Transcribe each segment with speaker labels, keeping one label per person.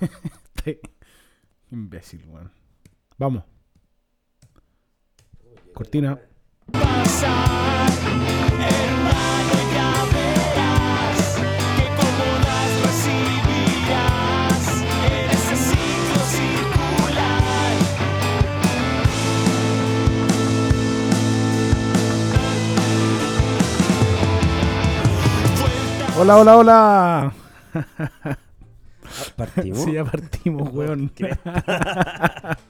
Speaker 1: Este Imbécil, weón. Vamos. Cortina.
Speaker 2: pasar, hermano, ya verás que cómodas recibirás en ese ciclo circular.
Speaker 1: Hola, hola, hola.
Speaker 3: Ah, Partimos.
Speaker 1: Sí, ya partimos, weón.
Speaker 3: Cresta.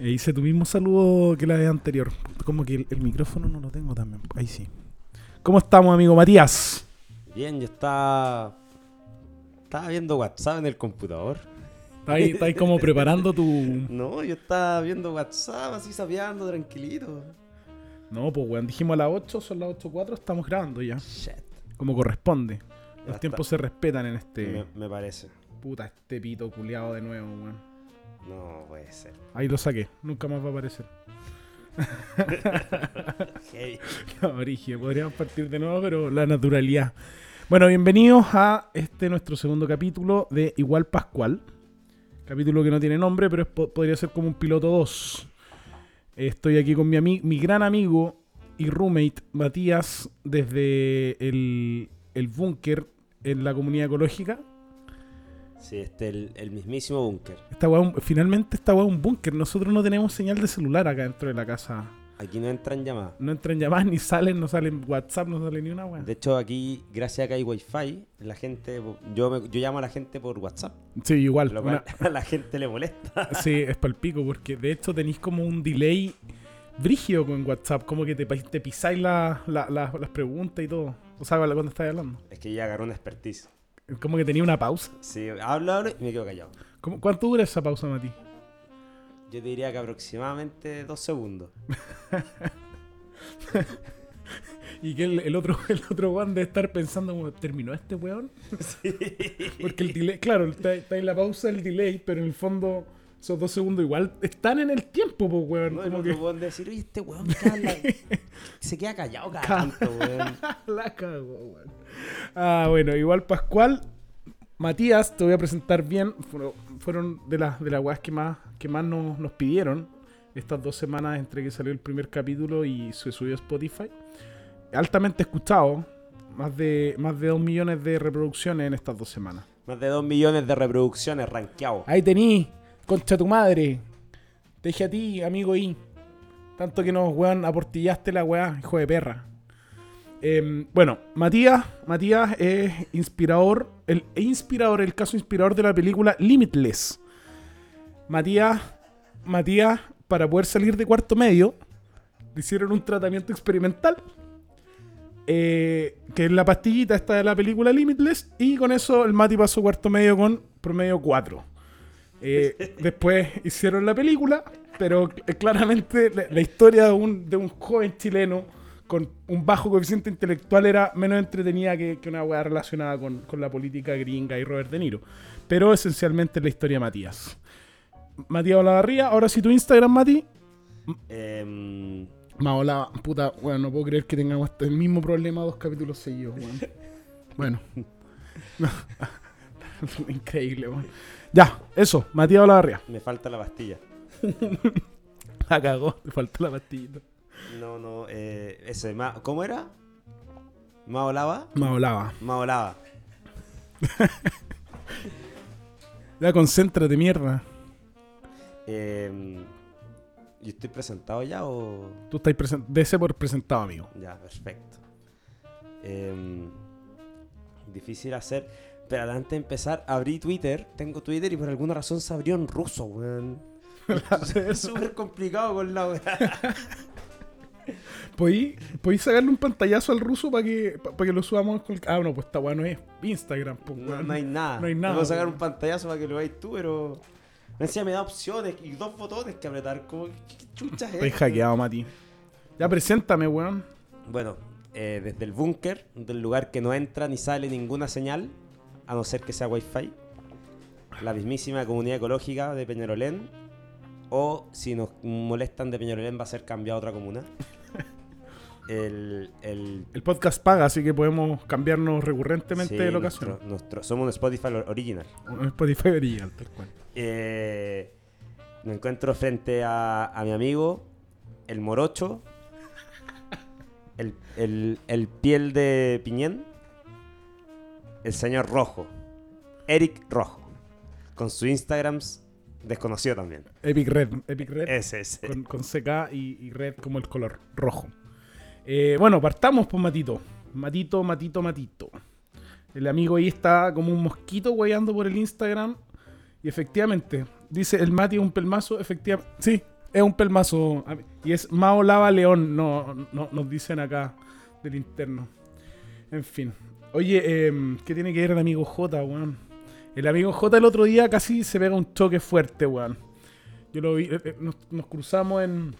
Speaker 1: E hice tu mismo saludo que la vez anterior. Como que el, el micrófono no lo tengo también. Ahí sí. ¿Cómo estamos, amigo Matías?
Speaker 3: Bien, yo estaba. Estaba viendo WhatsApp en el computador.
Speaker 1: Mm. Está ahí, está ahí como preparando tu...
Speaker 3: No, yo estaba viendo WhatsApp así sapeando, tranquilito.
Speaker 1: No, pues, weón. Dijimos a las 8, son las 8.04, estamos grabando ya.
Speaker 3: Shit.
Speaker 1: Como corresponde.
Speaker 3: Ya
Speaker 1: Los
Speaker 3: está.
Speaker 1: tiempos se respetan en este...
Speaker 3: Me, me parece.
Speaker 1: Puta, este pito culiado de nuevo, weón.
Speaker 3: No puede ser.
Speaker 1: Ahí lo saqué. Nunca más va a aparecer.
Speaker 3: Heavy.
Speaker 1: No, Brigio, podríamos partir de nuevo, pero la naturalidad. Bueno, bienvenidos a este nuestro segundo capítulo de Igual Pascual. Capítulo que no tiene nombre, pero es po- podría ser como un piloto 2. Estoy aquí con mi, ami- mi gran amigo y roommate Matías desde el, el búnker en la comunidad ecológica.
Speaker 3: Sí, este el, el mismísimo búnker.
Speaker 1: Esta weá es un- finalmente esta weá es un búnker. Nosotros no tenemos señal de celular acá dentro de la casa.
Speaker 3: Aquí no entran llamadas.
Speaker 1: No entran llamadas, ni salen, no salen WhatsApp, no sale ni una weá.
Speaker 3: De hecho, aquí, gracias a que hay wifi, la gente. Yo, me- yo llamo a la gente por WhatsApp.
Speaker 1: Sí, igual.
Speaker 3: Lo
Speaker 1: una-
Speaker 3: cual a la gente le molesta.
Speaker 1: Sí, es palpico, porque de hecho tenéis como un delay brígido con WhatsApp, como que te, pa- te pisáis la- la- la- las preguntas y todo. O sea, cuando estáis hablando.
Speaker 3: Es que ya agarró una expertise.
Speaker 1: Como que tenía una pausa.
Speaker 3: Sí, hablo, hablo y me quedo callado.
Speaker 1: ¿Cómo- ¿Cuánto dura esa pausa, Mati?
Speaker 3: Yo te diría que aproximadamente dos segundos.
Speaker 1: Y que el, el otro el otro weón debe estar pensando, como, ¿terminó este weón? Porque el delay, claro, está, está en la pausa el delay, pero en el fondo esos dos segundos igual están en el tiempo, pues weón.
Speaker 3: No, el
Speaker 1: como
Speaker 3: otro
Speaker 1: que
Speaker 3: weón de decir, oye, este weón que habla, se queda callado cada
Speaker 1: Ca-
Speaker 3: tanto, weón.
Speaker 1: la cago, weón. Ah, bueno, igual Pascual. Matías, te voy a presentar bien. Fueron, fueron de las de las weas que más, que más nos, nos pidieron estas dos semanas entre que salió el primer capítulo y se subió a Spotify. Altamente escuchado. Más de, más de 2 millones de reproducciones en estas dos semanas.
Speaker 3: Más de dos millones de reproducciones rankeado.
Speaker 1: Ahí tení, concha tu madre. Te dije a ti, amigo I. Tanto que nos, weón, aportillaste la weá, hijo de perra. Em, bueno, Matías, Matías es inspirador, el e inspirador, el caso inspirador de la película Limitless. Matías, Matías, para poder salir de cuarto medio, le hicieron un tratamiento experimental. eh, que es la pastillita esta de la película Limitless. Y con eso el Mati pasó cuarto medio con promedio 4. Eh, después hicieron la película, pero eh, claramente la, la historia de un, de un joven chileno con un bajo coeficiente intelectual era menos entretenida que, que una weá relacionada con, con la política gringa y Robert De Niro. Pero esencialmente es la historia de Matías. Matías Olavarría, ahora sí tu Instagram, Mati.
Speaker 3: Em,
Speaker 1: Maola, puta, bueno, no puedo creer que tengamos el mismo problema dos capítulos seguidos, weón. Bueno. Increíble, weón. Ya, eso, Matías Olavarría.
Speaker 3: me falta la pastilla.
Speaker 1: La cagó, te faltó la pastillita.
Speaker 3: No, no, eh, ese, ma- ¿cómo era? ¿Maolaba?
Speaker 1: Maolaba.
Speaker 3: Maolaba.
Speaker 1: Ya concéntrate, mierda.
Speaker 3: Em, ¿Yo estoy presentado ya o...?
Speaker 1: Tú estás present DC por presentado, amigo.
Speaker 3: Ya, perfecto. Em, difícil hacer. Pero antes de empezar, abrí Twitter. Tengo Twitter y por alguna razón se abrió en ruso, weón. es súper complicado con la weá.
Speaker 1: ¿Podí, podí sacarle un pantallazo al ruso para que, pa- pa que lo subamos? con- Ah, no, pues esta weá no es Instagram, pues,
Speaker 3: No,
Speaker 1: weón.
Speaker 3: no hay nada.
Speaker 1: No hay nada.
Speaker 3: Voy a sacar
Speaker 1: weón.
Speaker 3: un pantallazo para que lo veáis tú, pero. Me decía, me da opciones y dos botones que apretar. Como, ¿qué, qué chucha es
Speaker 1: Estoy
Speaker 3: esto?
Speaker 1: hackeado, Mati. Ya, preséntame, weón.
Speaker 3: Bueno, eh, desde el búnker, del lugar que no entra ni sale ninguna señal, a no ser que sea wifi, la mismísima comunidad ecológica de Peñarolén, o si nos molestan de Peñarolén va a ser cambiada a otra comuna. el, el
Speaker 1: El podcast paga, así que podemos cambiarnos recurrentemente
Speaker 3: sí,
Speaker 1: de
Speaker 3: nuestro,
Speaker 1: locación.
Speaker 3: nuestro- somos un Spotify or- original.
Speaker 1: Un Spotify original, tal cual.
Speaker 3: Eh, me encuentro frente a, a mi amigo, el morocho, el, el- el piel de piñén, el señor Rojo, Eric Rojo, con su Instagram desconocido también.
Speaker 1: Epic Red. Epic Red.
Speaker 3: Ese es.
Speaker 1: Con, con CK y, y red como el color rojo. Eh, bueno, partamos por Matito. Matito, Matito, Matito. El amigo ahí está como un mosquito guayando por el Instagram. Y efectivamente, dice el Mati es un pelmazo. Efectivamente, sí, es un pelmazo. A mí- Y es Mao Lava León, no, no- nos dicen acá del interno. En fin. Oye, em, ¿qué tiene que ver el amigo J, weón? El amigo J el otro día casi se pega un choque fuerte, weón. Yo lo vi, eh, eh, nos, nos cruzamos en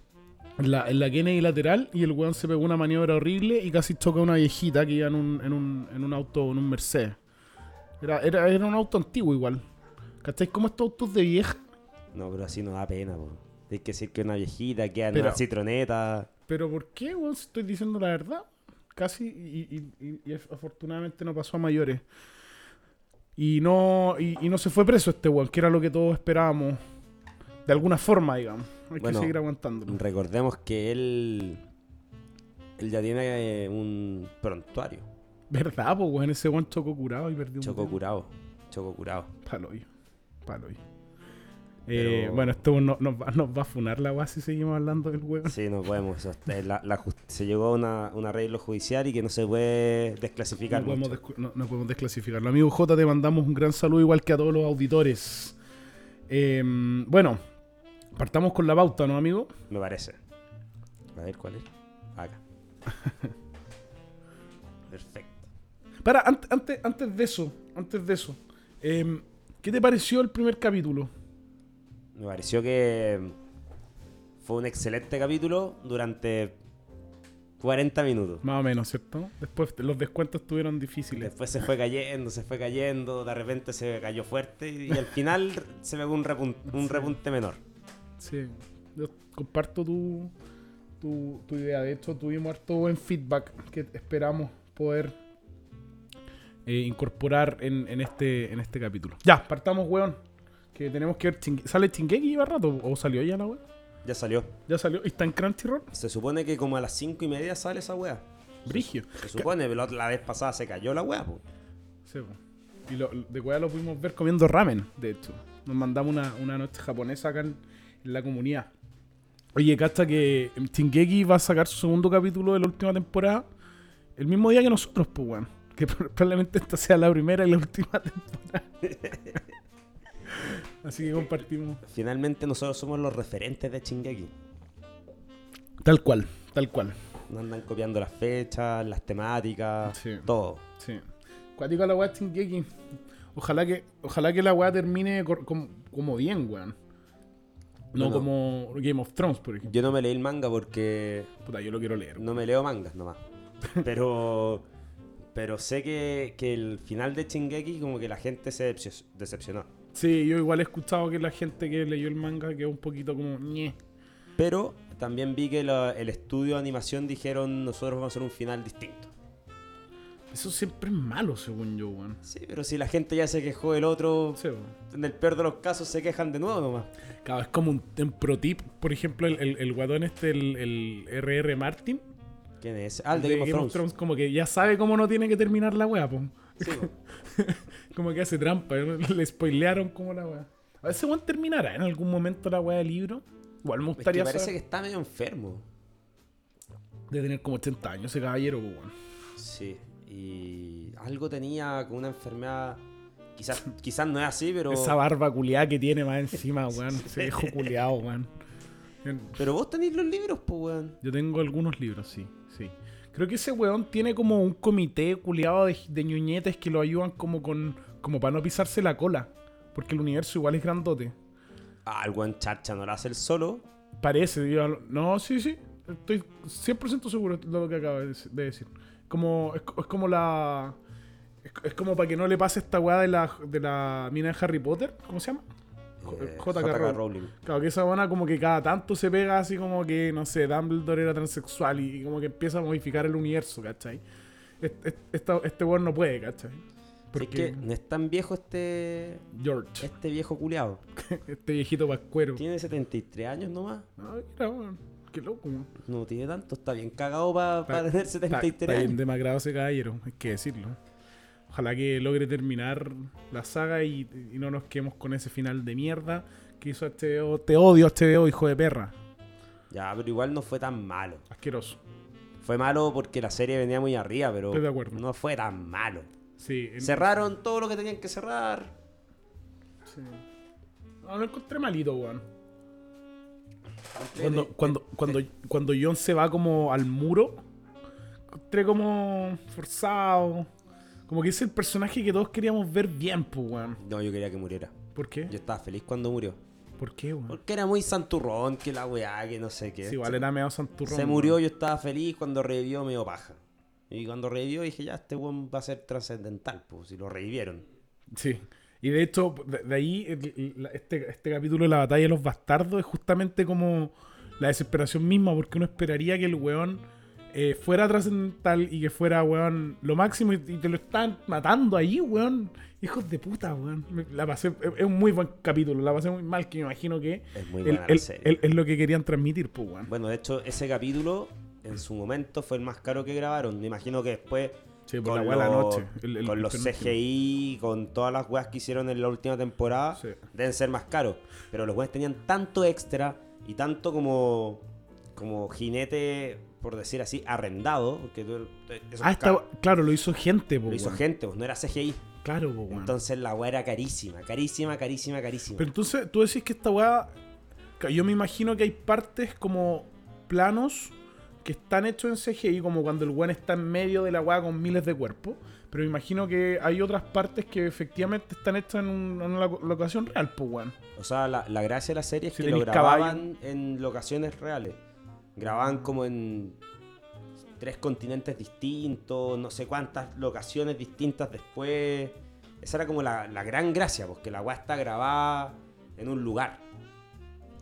Speaker 1: la, en la Kennedy lateral y el weón se pegó una maniobra horrible y casi choca a una viejita que iba en un, en un, en un auto, en un Mercedes. Era, era, era un auto antiguo igual. ¿Cacháis? Como estos autos de vieja.
Speaker 3: No, pero así no da pena, po. Hay que decir que una viejita queda en
Speaker 1: Pero-
Speaker 3: una citroneta.
Speaker 1: Pero ¿por qué, weón? Si estoy diciendo la verdad. Casi, y, y- y- y af- afortunadamente no pasó a mayores. Y no, y, y no se fue preso este weón, que era lo que todos esperábamos. De alguna forma, digamos. Hay
Speaker 3: Bueno,
Speaker 1: que seguir aguantándolo.
Speaker 3: Recordemos que él. Él ya tiene eh, un prontuario.
Speaker 1: ¿Verdad, pues, weón? Ese weón chocó curado y perdió un
Speaker 3: Choco
Speaker 1: dedo.
Speaker 3: curado. Choco curado.
Speaker 1: Palo yo. Palo yo.
Speaker 3: Pero-
Speaker 1: Eh, bueno, esto no- nos, va, nos va a funar la weá si seguimos hablando del huevo.
Speaker 3: Sí, no podemos. eso es- eh, la- la jus- se llegó a una- un arreglo judicial y que no se puede desclasificar.
Speaker 1: No podemos,
Speaker 3: mucho.
Speaker 1: descu- no- no podemos desclasificarlo. Amigo J, te mandamos un gran saludo igual que a todos los auditores. Eh, bueno, partamos con la pauta, ¿no, amigo?
Speaker 3: Me parece. A ver cuál es. Acá. Perfecto.
Speaker 1: Para, an- antes, antes de eso, antes de eso, eh, ¿qué te pareció el primer capítulo?
Speaker 3: Me pareció que mm, fue un excelente capítulo durante 40 minutos.
Speaker 1: Más o menos, ¿cierto? Después te- los descuentos estuvieron difíciles.
Speaker 3: Después se fue cayendo, se fue cayendo, de repente se cayó fuerte y, al final se pegó un, repun- un repunte menor.
Speaker 1: Sí, yo comparto tu, tu, tu idea. De hecho, tuvimos harto buen feedback que esperamos poder eh, incorporar en, en este, en este capítulo. Ya, partamos, weón. Que tenemos que ver. Chingue- ¿Sale Chingeki lleva rato? ¿O salió ya la weón?
Speaker 3: Ya salió.
Speaker 1: ¿Ya salió? ¿Y está en Crunchyroll?
Speaker 3: Se supone que como a las 5 y media sale esa wea.
Speaker 1: Brigio.
Speaker 3: Se supone, pero la vez pasada se cayó la pues. wea, po.
Speaker 1: Sí, po. y lo- de weá lo pudimos ver comiendo ramen, de hecho. Nos mandamos una, una noche japonesa acá en, en la comunidad. Oye, hasta que Shingeki va a sacar su segundo capítulo de la última temporada el mismo día que nosotros, pues, weón. Que pro- probablemente esta sea la primera y la última temporada. Así que compartimos.
Speaker 3: Finalmente nosotros somos los referentes de Chingeki.
Speaker 1: Tal cual, tal cual.
Speaker 3: Nos andan copiando las fechas, las temáticas,
Speaker 1: Sí.
Speaker 3: todo.
Speaker 1: Sí. Cuático la weá de Shingeki. Ojalá que, ojalá que la weá termine cor- com- como bien, weón. No
Speaker 3: Bueno.
Speaker 1: como Game of Thrones, por ejemplo.
Speaker 3: Yo no me leí el manga porque
Speaker 1: Puta, yo lo quiero leer.
Speaker 3: no me leo mangas nomás. Pero pero sé que, que el final de Chingeki como que la gente se decepcio- decepcionó.
Speaker 1: Sí, yo igual he escuchado que la gente que leyó el manga quedó un poquito como ñe.
Speaker 3: Pero también vi que la- el estudio de animación dijeron nosotros vamos a hacer un final distinto.
Speaker 1: Eso siempre es malo, según yo, weón.
Speaker 3: Sí, pero si la gente ya se quejó del otro,
Speaker 1: Sí, weón.
Speaker 3: en el peor de los casos se quejan de nuevo nomás.
Speaker 1: Claro, es como un, un pro tip. Por ejemplo, el, el, el guatón este, el, el RR Martin.
Speaker 3: ¿Quién es? Ah, el de Game of Thrones.
Speaker 1: como que ya sabe cómo no tiene que terminar la weá, po.
Speaker 3: Sí, po.
Speaker 1: Como que hace trampa, ¿no? le spoilearon como la weá. A ver, ese weón terminará en algún momento la weá del libro. Igual me
Speaker 3: Es que
Speaker 1: gustaría
Speaker 3: parece que
Speaker 1: saber
Speaker 3: está medio enfermo.
Speaker 1: de tener como 80 años ese caballero, po, weón.
Speaker 3: Sí. Y algo tenía con una enfermedad. Quizás, quizás no es así, pero.
Speaker 1: Esa barba culiada que tiene más encima, weón. Ese viejo culiado, weón.
Speaker 3: Pero vos tenés los libros, pues, weón.
Speaker 1: Yo tengo algunos libros, sí, sí. Creo que ese weón tiene como un comité culiado de, de ñuñetes que lo ayudan como con como para no pisarse la cola. Porque el universo igual es grandote.
Speaker 3: Ah, el weón charcha no lo hace el solo.
Speaker 1: Parece, yo- no, sí, sí. Estoy 100% seguro de lo que acaba de dec- de decir. Como, es, co- es como la. Es, es como para que no le pase esta weá de la, de la mina de Harry Potter. ¿Cómo se llama?
Speaker 3: eh,
Speaker 1: J.K.
Speaker 3: J.K.
Speaker 1: Rowling.
Speaker 3: Rowling.
Speaker 1: Claro, que esa buena como que cada tanto se pega así como que, no sé, Dumbledore era transexual y, y como que empieza a modificar el universo, ¿cachai? Este, este, este weón no puede, ¿cachai?
Speaker 3: Si
Speaker 1: Porque
Speaker 3: es que no es tan viejo este,
Speaker 1: George,
Speaker 3: este viejo culiado.
Speaker 1: este viejito pascuero.
Speaker 3: Tiene 73 años nomás.
Speaker 1: No, mira, weón, qué loco, weón.
Speaker 3: No tiene tanto, está bien cagado para
Speaker 1: Está-
Speaker 3: tener
Speaker 1: Está,
Speaker 3: 73
Speaker 1: está bien
Speaker 3: años.
Speaker 1: demacrado ese caballero, hay que decirlo. Ojalá que logre terminar la saga y, y no nos quedemos con ese final de mierda que hizo HBO. Te odio, HBO, hijo de perra.
Speaker 3: Ya, pero igual no fue tan malo.
Speaker 1: Asqueroso.
Speaker 3: Fue malo porque la serie venía muy arriba, pero
Speaker 1: Estoy de acuerdo.
Speaker 3: no fue tan malo.
Speaker 1: Sí, en-
Speaker 3: Cerraron todo lo que tenían que cerrar.
Speaker 1: sí. No, lo encontré malito, weón. Cuando, cuando, cuando, cuando John se va como al muro, encontré como forzado. Como que es el personaje que todos queríamos ver bien, pues, weón.
Speaker 3: No, yo quería que muriera.
Speaker 1: ¿Por qué?
Speaker 3: Yo estaba feliz cuando murió.
Speaker 1: ¿Por qué, weón?
Speaker 3: Porque era muy santurrón, que la weá, que no sé qué.
Speaker 1: Sí, igual era medio santurrón.
Speaker 3: Se
Speaker 1: weón.
Speaker 3: murió, yo estaba feliz cuando revivió medio paja. Y cuando revivió dije, ya, este weón va a ser trascendental, pues, si lo revivieron.
Speaker 1: Sí. Y de hecho, de, de ahí, el- el- la- este, este capítulo de la batalla de los bastardos es justamente como la desesperación misma, porque uno esperaría que el weón eh, fuera trascendental y que fuera, weón, lo máximo, y, y te lo están matando ahí, weón. Hijos de puta, weón. Me- La pasé, es, es un muy buen capítulo, la pasé muy mal, que me imagino que
Speaker 3: Es muy
Speaker 1: el-
Speaker 3: buena la
Speaker 1: el-
Speaker 3: serie.
Speaker 1: el- es lo que querían transmitir, pues, weón.
Speaker 3: Bueno, de hecho, ese capítulo en su momento fue el más caro que grabaron. Me imagino que después.
Speaker 1: Sí, por la weá de la
Speaker 3: los-
Speaker 1: noche, el- el-
Speaker 3: con
Speaker 1: el
Speaker 3: los
Speaker 1: penúltimo.
Speaker 3: CGI, con todas las weas que hicieron en la última temporada,
Speaker 1: Sí.
Speaker 3: deben ser más caros. Pero los weas tenían tanto extra y tanto como. como jinete, por decir así, arrendado. Porque tú- eh, eso
Speaker 1: Ah,
Speaker 3: es
Speaker 1: esta-
Speaker 3: caro.
Speaker 1: claro, lo hizo gente, pues,
Speaker 3: Lo hizo
Speaker 1: weón.
Speaker 3: gente, pues no era CGI.
Speaker 1: Claro, pues, weón.
Speaker 3: Entonces la weá era carísima, carísima, carísima, carísima.
Speaker 1: Pero entonces tú decís que esta weá. que Yo me imagino que hay partes como planos que están hechos en CGI, como cuando el weón está en medio de la weá con miles de cuerpos. Pero me imagino que hay otras partes que efectivamente están hechas en, un- en una loc- locación real, pues weón.
Speaker 3: O sea, la, la gracia de la serie es
Speaker 1: Si
Speaker 3: que lo
Speaker 1: tenéis
Speaker 3: grababan en locaciones reales. Grababan como en tres continentes distintos, no sé cuántas locaciones distintas después. Esa era como la, la gran gracia, porque la weá está grabada en un lugar.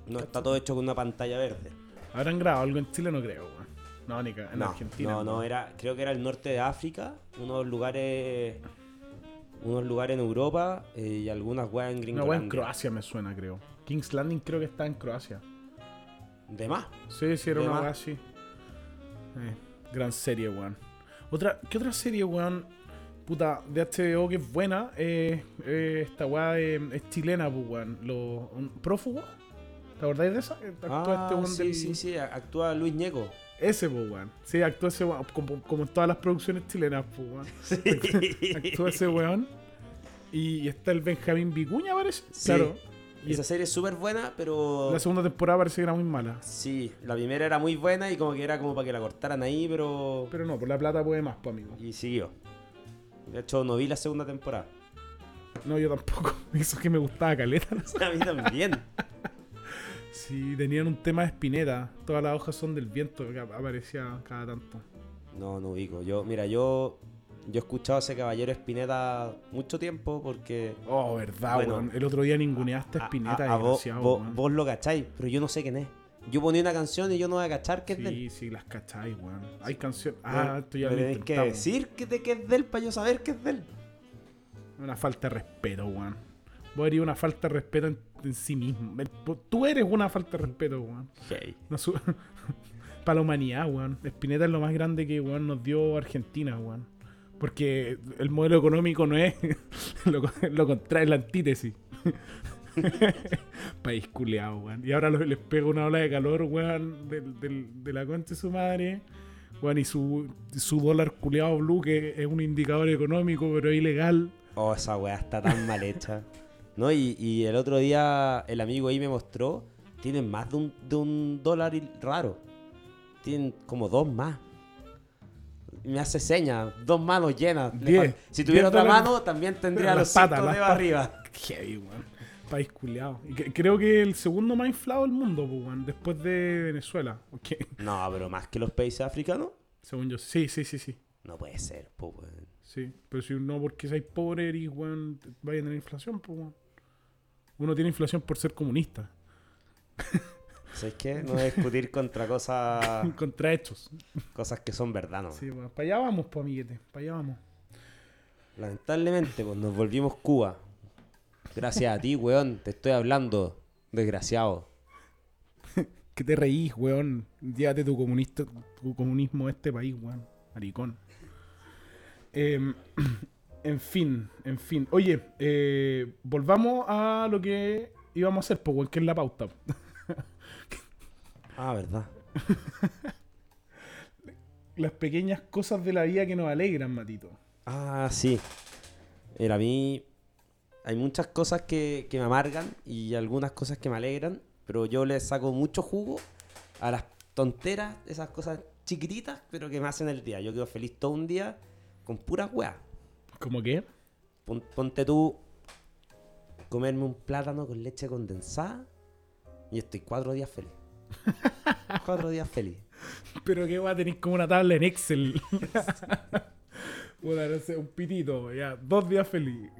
Speaker 3: No está todo hecho con una pantalla verde.
Speaker 1: ¿Habrán grabado algo en Chile? No creo, weón. No, ni ca- Ah, en
Speaker 3: no,
Speaker 1: Argentina. pues.
Speaker 3: No, no,
Speaker 1: weón.
Speaker 3: era, creo que era el norte de África, unos lugares. Unos lugares en Europa eh, y
Speaker 1: Una
Speaker 3: algunas weas en
Speaker 1: weá en
Speaker 3: Gringolandia.
Speaker 1: Croacia me suena, creo. King's Landing creo que está en Croacia.
Speaker 3: De más.
Speaker 1: Sí, sí, era una
Speaker 3: Demás.
Speaker 1: weá así. Eh, gran serie, weón. Otra, ¿Qué otra serie, weón? Puta, de HBO que es buena. eh, eh, esta weá de- es chilena, pues, weón. Lo, un- ¿Prófugo? ¿Te acordáis de esa? Que Actúa
Speaker 3: Ah,
Speaker 1: este weón
Speaker 3: sí,
Speaker 1: del-
Speaker 3: sí, sí, a- actúa Luis Ñeco.
Speaker 1: Ese, pues, weón. Sí, actúa ese weón. Como, como en todas las producciones chilenas, pues, weón. Actúa ese weón. Y, y está el Benjamín Vicuña, parece.
Speaker 3: Sí.
Speaker 1: Claro.
Speaker 3: Y esa serie es súper buena, pero...
Speaker 1: La segunda temporada parece que era muy mala.
Speaker 3: Sí, la primera era muy buena y como que era como para que la cortaran ahí, pero...
Speaker 1: Pero no, por la plata puede más, pues, amigo.
Speaker 3: Y siguió. De hecho, no vi la segunda temporada.
Speaker 1: No, yo tampoco. Eso que me gustaba caleta.
Speaker 3: A mí también.
Speaker 1: Sí, tenían un tema de espineta. Todas las hojas son del viento que ap- aparecía cada tanto.
Speaker 3: No, no ubico. Yo, mira, yo... Yo he escuchado a ese caballero Espineta mucho tiempo porque...
Speaker 1: Oh, verdad,
Speaker 3: Bueno.
Speaker 1: weón. El otro día ninguneaste a
Speaker 3: a-
Speaker 1: espineta,
Speaker 3: a- a vos,
Speaker 1: desgraciado,
Speaker 3: vos-
Speaker 1: weón.
Speaker 3: vos lo cacháis, pero yo no sé quién es. Yo ponía una canción y yo no voy a cachar que es de él.
Speaker 1: Sí, sí, las cacháis, weón. Hay canciones. Ah, esto ya
Speaker 3: me
Speaker 1: lo
Speaker 3: tenéis que
Speaker 1: intentamos.
Speaker 3: decir que, te, que es de él para yo saber que es de él.
Speaker 1: Una falta de respeto, weón. Vos eres una falta de respeto en, en sí mismo. El- Tú eres una falta de respeto, weón. No su- Para la humanidad, weón. Espineta es lo más grande que weón, nos dio Argentina, weón. Porque el modelo económico no es lo, co- lo contrario, es la antítesis. País culeado, weón. Y ahora lo- les pega una ola de calor, weón, del- del- de la concha de su madre. Weón, y su, su dólar culeado blue, que es un indicador económico, pero es ilegal.
Speaker 3: Oh, esa weá está tan mal hecha. ¿No? Y, y el otro día el amigo ahí me mostró, tienen más de un, de un dólar y- raro. Tienen como dos más. Y Me hace señas, dos manos llenas. Le
Speaker 1: Diez.
Speaker 3: fal- Si tuviera
Speaker 1: Diez
Speaker 3: otra
Speaker 1: dólares.
Speaker 3: mano, también tendría
Speaker 1: Las
Speaker 3: los
Speaker 1: patas,
Speaker 3: cinco
Speaker 1: las
Speaker 3: dedos
Speaker 1: patas.
Speaker 3: arriba.
Speaker 1: Heavy, weón. País culeado. Y que- creo que el segundo más inflado del mundo, pues, weón, después de Venezuela. Ok.
Speaker 3: No, pero más que los países africanos,
Speaker 1: Según yo, sí, sí, sí, sí.
Speaker 3: no puede ser, po, weón.
Speaker 1: Sí, pero si no porque seáis pobre y pues, weón, vaya a tener inflación, pues weón. Uno tiene inflación por ser comunista.
Speaker 3: ¿Sabes qué? No discutir contra cosas,
Speaker 1: Contra hechos.
Speaker 3: cosas que son verdad, ¿no?
Speaker 1: Sí, pues, para allá vamos, pues, amiguete. Para allá vamos.
Speaker 3: Lamentablemente, pues nos volvimos Cuba. Gracias a ti, weón. Te estoy hablando, desgraciado.
Speaker 1: Que te reís, weón. Llévate tu, comunista, tu comunismo a este país, weón. Maricón. Em, en fin, en fin. Oye, eh, volvamos a lo que íbamos a hacer, pues, weón, que es la pauta.
Speaker 3: Ah, verdad.
Speaker 1: Las pequeñas cosas de la vida que nos alegran, Matito.
Speaker 3: Ah, sí. Mira, a mí hay muchas cosas que, que me amargan y algunas cosas que me alegran, pero yo le saco mucho jugo a las tonteras, esas cosas chiquititas, pero que me hacen el día. Yo quedo feliz todo un día con puras weas.
Speaker 1: ¿Cómo qué?
Speaker 3: Pon- Ponte tú comerme un plátano con leche condensada y estoy cuatro días feliz. cuatro días feliz.
Speaker 1: Pero que va a tener como una tabla en Excel. bueno, no sé, un pitito, ya. Dos días feliz.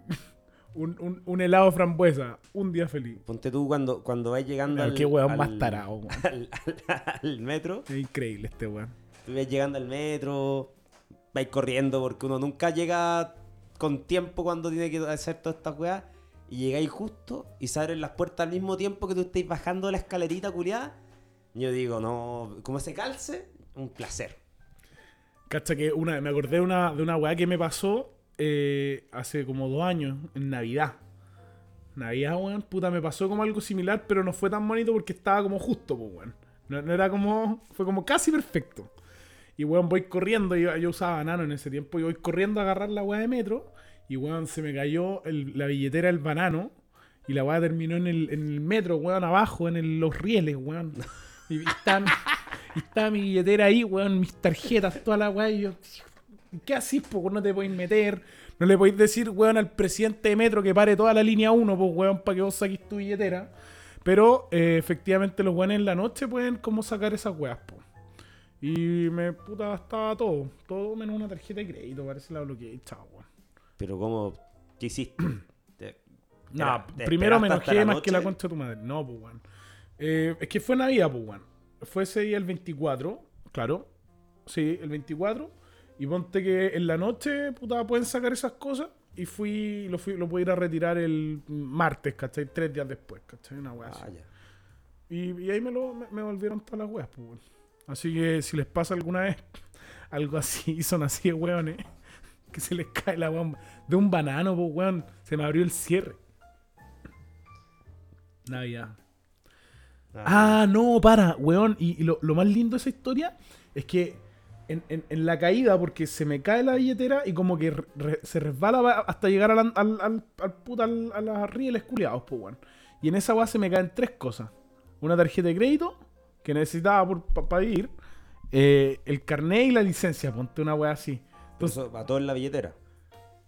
Speaker 1: Un, un, un helado frambuesa, un día feliz.
Speaker 3: Ponte tú cuando, cuando vas llegando
Speaker 1: Mira,
Speaker 3: al,
Speaker 1: qué weón
Speaker 3: al-
Speaker 1: más tarado, weón.
Speaker 3: al- al- al metro.
Speaker 1: Es increíble este weón.
Speaker 3: Tú vas llegando al metro, vais corriendo porque uno nunca llega con tiempo cuando tiene que hacer todas estas weas. Y llegáis justo y se abren las puertas al mismo tiempo que tú estáis bajando la escalerita culiada. Yo digo, no, como se calce, un placer.
Speaker 1: Cacha que una, me acordé de una, de una weá que me pasó eh, hace como dos años, en Navidad. Navidad, weón, puta, me pasó como algo similar, pero no fue tan bonito porque estaba como justo, pues, weón. No, no era como, fue como casi perfecto. Y, weón, voy corriendo, yo, yo usaba banano en ese tiempo, y voy corriendo a agarrar la weá de metro, y, weón, se me cayó el- la billetera del banano, y la weá terminó en el, en el metro, weón, abajo, en el- los rieles, weón. Y, están... Y estaba mi billetera ahí, weón, mis tarjetas, toda la weá. Y yo, ¿qué así, po? No te podéis meter. No le podéis decir, weón, al presidente de metro que pare toda la línea 1, pues, weón, para que vos saquís tu billetera. Pero eh, efectivamente los weones en la noche pueden como sacar esas weas, po. Y me puta gastaba todo. Todo menos una tarjeta de crédito, parece la bloqueé. y Chao, weón.
Speaker 3: Pero como, ¿qué hiciste? Te-
Speaker 1: No,
Speaker 3: te
Speaker 1: primero me
Speaker 3: esperaste hasta la
Speaker 1: enojé más que la
Speaker 3: noche.
Speaker 1: concha de tu madre. No, pues, weón. Eh, es que fue Navidad, pues, weón. Fue ese día el 24, claro. Sí, el 24. Y ponte que en la noche, puta, pueden sacar esas cosas. Y fui, lo, fui, lo pude ir a retirar el martes, ¿cachai? Tres días después, ¿cachai? Una weá así.
Speaker 3: Ah, ya.
Speaker 1: Y, y ahí me, lo, me, me volvieron todas las weas, pues, weón. Así que si les pasa alguna vez algo así, y son así de weones, que se les cae la bomba. De un banano, pues, weón, se me abrió el cierre. Navidad. Ah, no, para, weón. Y, y lo, lo más lindo de esa historia es que en, en- en la caída, porque se me cae la billetera y como que re- re- se resbala va- hasta llegar al, an- al, al, al puta, al- a las rieles culiados, pues, weón. Y en esa weá se me caen tres cosas. Una tarjeta de crédito que necesitaba para ir, eh, el carnet y la licencia, ponte una weá así.
Speaker 3: Pero eso va todo en la billetera.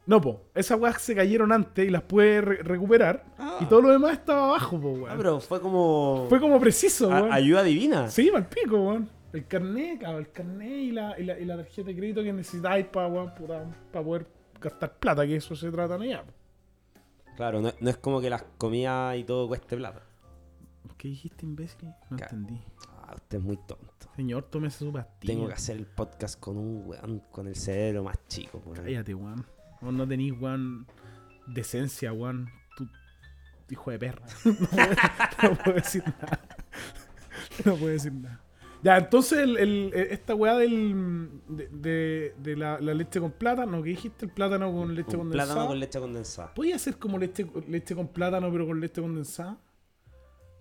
Speaker 1: No, po, esas weas se cayeron antes y las pude re- recuperar.
Speaker 3: Ah.
Speaker 1: Y todo lo demás estaba abajo, po, weón.
Speaker 3: Ah, pero Ah, fue como.
Speaker 1: Fue como preciso,
Speaker 3: a-
Speaker 1: weón.
Speaker 3: ayuda divina.
Speaker 1: Sí, mal pico, weón. El carnet, cabrón, el carnet y la, y la, y la tarjeta de crédito que necesitáis para poder gastar plata, que eso se trata en allá. po.
Speaker 3: Claro, no, no es como que las comidas y todo cueste plata.
Speaker 1: ¿Qué dijiste, imbécil? No
Speaker 3: Ca-
Speaker 1: entendí.
Speaker 3: Ah, usted es muy tonto.
Speaker 1: Señor, tómese su pastilla.
Speaker 3: Tengo que hacer el podcast con un weón con el cerebro más chico, weón.
Speaker 1: Cállate, weón. Vos no tenís, weón, decencia, weón. Tú, hijo de perra. No puedo, no puedo decir nada. No puedo decir nada. Ya, entonces el- el- eh, esta weá del, de, de- de la, la leche con plátano, ¿qué dijiste? El plátano con leche
Speaker 3: Un
Speaker 1: condensada.
Speaker 3: plátano con leche condensada.
Speaker 1: ¿Podía hacer como leche, leche con plátano, pero con leche condensada?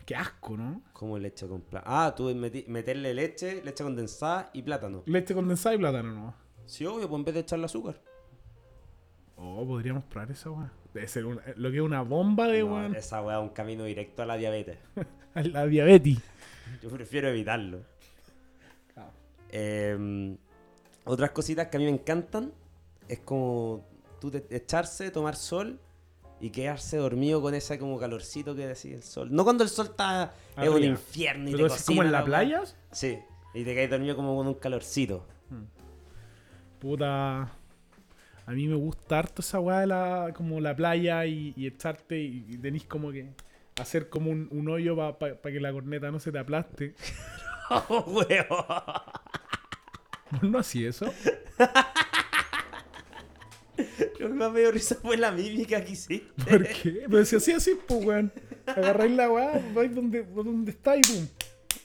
Speaker 1: Qué asco, ¿no?
Speaker 3: ¿Cómo leche con plátano? Ah, tú meti- meterle leche, leche condensada y plátano.
Speaker 1: Leche condensada y plátano, ¿no?
Speaker 3: Sí, obvio, pues en vez de echarle azúcar.
Speaker 1: Oh, podríamos probar esa weá. Debe ser una- lo que es una bomba de
Speaker 3: No,
Speaker 1: weón.
Speaker 3: esa weá es un camino directo a la diabetes.
Speaker 1: a La diabetes.
Speaker 3: Yo prefiero evitarlo. Eh, otras cositas que a mí me encantan es como tú te- echarse, tomar sol y quedarse dormido con ese como calorcito que decía el sol. No cuando el sol está es un
Speaker 1: Arriba.
Speaker 3: infierno y
Speaker 1: ¿Pero
Speaker 3: te
Speaker 1: es como
Speaker 3: cocina
Speaker 1: en la
Speaker 3: weá.
Speaker 1: playa?
Speaker 3: Sí, y te caes dormido como con un calorcito.
Speaker 1: Puta. A mí me gusta harto esa weá de la, como la playa y, y echarte y, y tenés como que hacer como un, un hoyo para que la corneta no se te aplaste.
Speaker 3: ¡Oh, weón!
Speaker 1: ¿Vos no hacía eso?
Speaker 3: Lo que más me dio risa fue la mímica que hiciste.
Speaker 1: ¿Por qué? Pero si así, así, pues, weón. Agarráis la weá, vais donde, donde estáis, pum.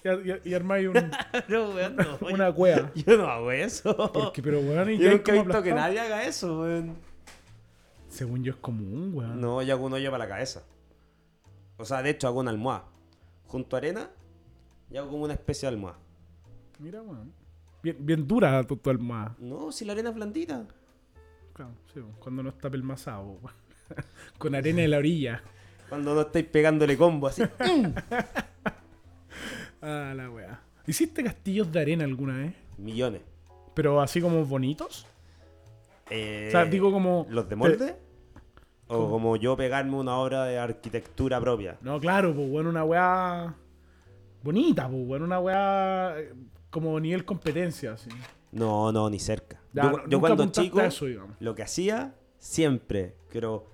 Speaker 1: Y, ar- y ar- y armáis un-
Speaker 3: No, weón, no.
Speaker 1: una cueva.
Speaker 3: Yo no hago eso.
Speaker 1: Porque, pero, weón, y
Speaker 3: Yo
Speaker 1: quedáis
Speaker 3: nunca he
Speaker 1: como
Speaker 3: visto que
Speaker 1: aplastado.
Speaker 3: nadie haga eso, weón.
Speaker 1: Según yo es común, weón.
Speaker 3: No, yo hago un hoyo para la cabeza. O sea, de hecho, hago una almohada. Junto a arena, y hago como una especie de almohada.
Speaker 1: Mira, weón. Bien, bien dura tu, tu almohada.
Speaker 3: No, si la arena es blandita.
Speaker 1: Claro, sí, weón, cuando no está pelmazado, weón. Con arena en la orilla.
Speaker 3: Cuando no estáis pegándole combo así.
Speaker 1: Ah, la weá. ¿Hiciste castillos de arena alguna vez?
Speaker 3: Millones.
Speaker 1: Pero así como bonitos.
Speaker 3: Eh,
Speaker 1: O sea, digo como.
Speaker 3: ¿Los de molde? O como yo pegarme una obra de arquitectura propia.
Speaker 1: No, claro, pues bueno, una weá bonita, pues bueno, una weá eh, como nivel competencia, así.
Speaker 3: No, no, ni cerca.
Speaker 1: Ya,
Speaker 3: yo
Speaker 1: no-
Speaker 3: yo
Speaker 1: nunca
Speaker 3: cuando
Speaker 1: apuntaste
Speaker 3: chico,
Speaker 1: a eso, digamos.
Speaker 3: lo que hacía siempre, pero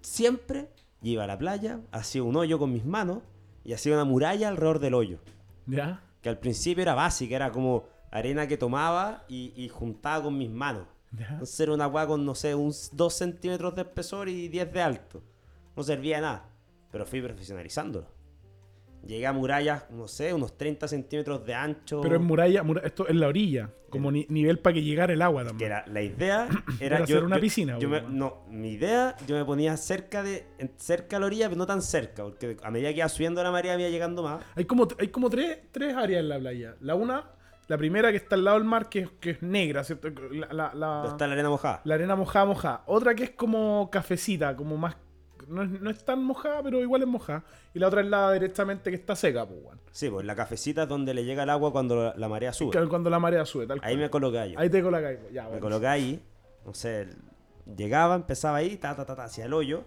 Speaker 3: siempre iba a la playa, hacía un hoyo con mis manos y hacía una muralla alrededor del hoyo.
Speaker 1: ¿Ya?
Speaker 3: Que al principio era básica, era como arena que tomaba y, y juntaba con mis manos.
Speaker 1: ¿Ya?
Speaker 3: Entonces era una weá con, no sé, un 2 centímetros de espesor y 10 de alto. No servía de nada, pero fui profesionalizándolo. Llegué a murallas, no sé, unos 30 centímetros de ancho.
Speaker 1: Pero en muralla, mura- esto es la orilla, como ni- nivel para que llegara el agua
Speaker 3: Que
Speaker 1: también.
Speaker 3: era, la idea era,
Speaker 1: Era
Speaker 3: yo-
Speaker 1: hacer una
Speaker 3: yo-
Speaker 1: piscina,
Speaker 3: yo me-
Speaker 1: weón.
Speaker 3: no, mi idea, yo me ponía cerca de en- cerca a la orilla, pero no tan cerca, porque a medida que iba subiendo la marea, me iba llegando más.
Speaker 1: Hay como, hay como tres, tres áreas en la playa. La una, la primera que está al lado del mar, que, es- que es negra, ¿cierto? La, la- la-
Speaker 3: Pero está la arena mojada.
Speaker 1: la arena mojada, mojada. Otra que es como cafecita, como más... No es, no es tan mojada, pero igual es mojada. Y la otra es la directamente que está seca, pues bueno.
Speaker 3: Sí, pues la cafecita es donde le llega el agua cuando la, la marea sube.
Speaker 1: Cuando la marea sube, tal
Speaker 3: Ahí
Speaker 1: cual.
Speaker 3: me colocaba yo.
Speaker 1: Ahí te colocáis, pues, ya,
Speaker 3: Me
Speaker 1: bueno.
Speaker 3: colocaba ahí, no sé, llegaba, empezaba ahí, ta, ta, ta, ta, hacia el hoyo,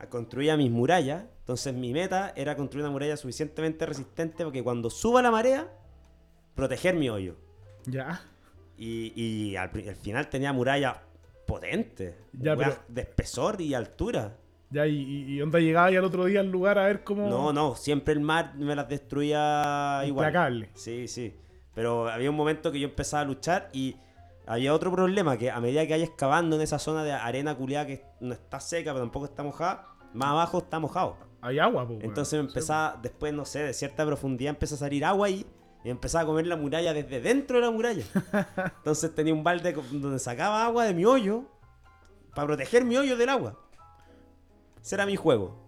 Speaker 3: a- construía mis murallas. Entonces mi meta era construir una muralla suficientemente resistente porque cuando suba la marea, proteger mi hoyo.
Speaker 1: Ya.
Speaker 3: Y, y al, pri- al final tenía murallas potentes,
Speaker 1: Ya,
Speaker 3: weas
Speaker 1: pero-
Speaker 3: de espesor y altura.
Speaker 1: Ya, y- y, y onda llegaba y al otro día al lugar a ver cómo.
Speaker 3: No, no, siempre el mar me las destruía igual.
Speaker 1: Implacable.
Speaker 3: Sí, sí. Pero había un momento que yo empezaba a luchar y había otro problema, que a medida que hay excavando en esa zona de arena culiada que no está seca, pero tampoco está mojada, más abajo está mojado.
Speaker 1: Hay agua, pues.
Speaker 3: Entonces me empezaba, después, no sé, de cierta profundidad empezó a salir agua ahí y empezaba a comer la muralla desde dentro de la muralla. Entonces tenía un balde con- donde sacaba agua de mi hoyo para proteger mi hoyo del agua. Ese era mi juego.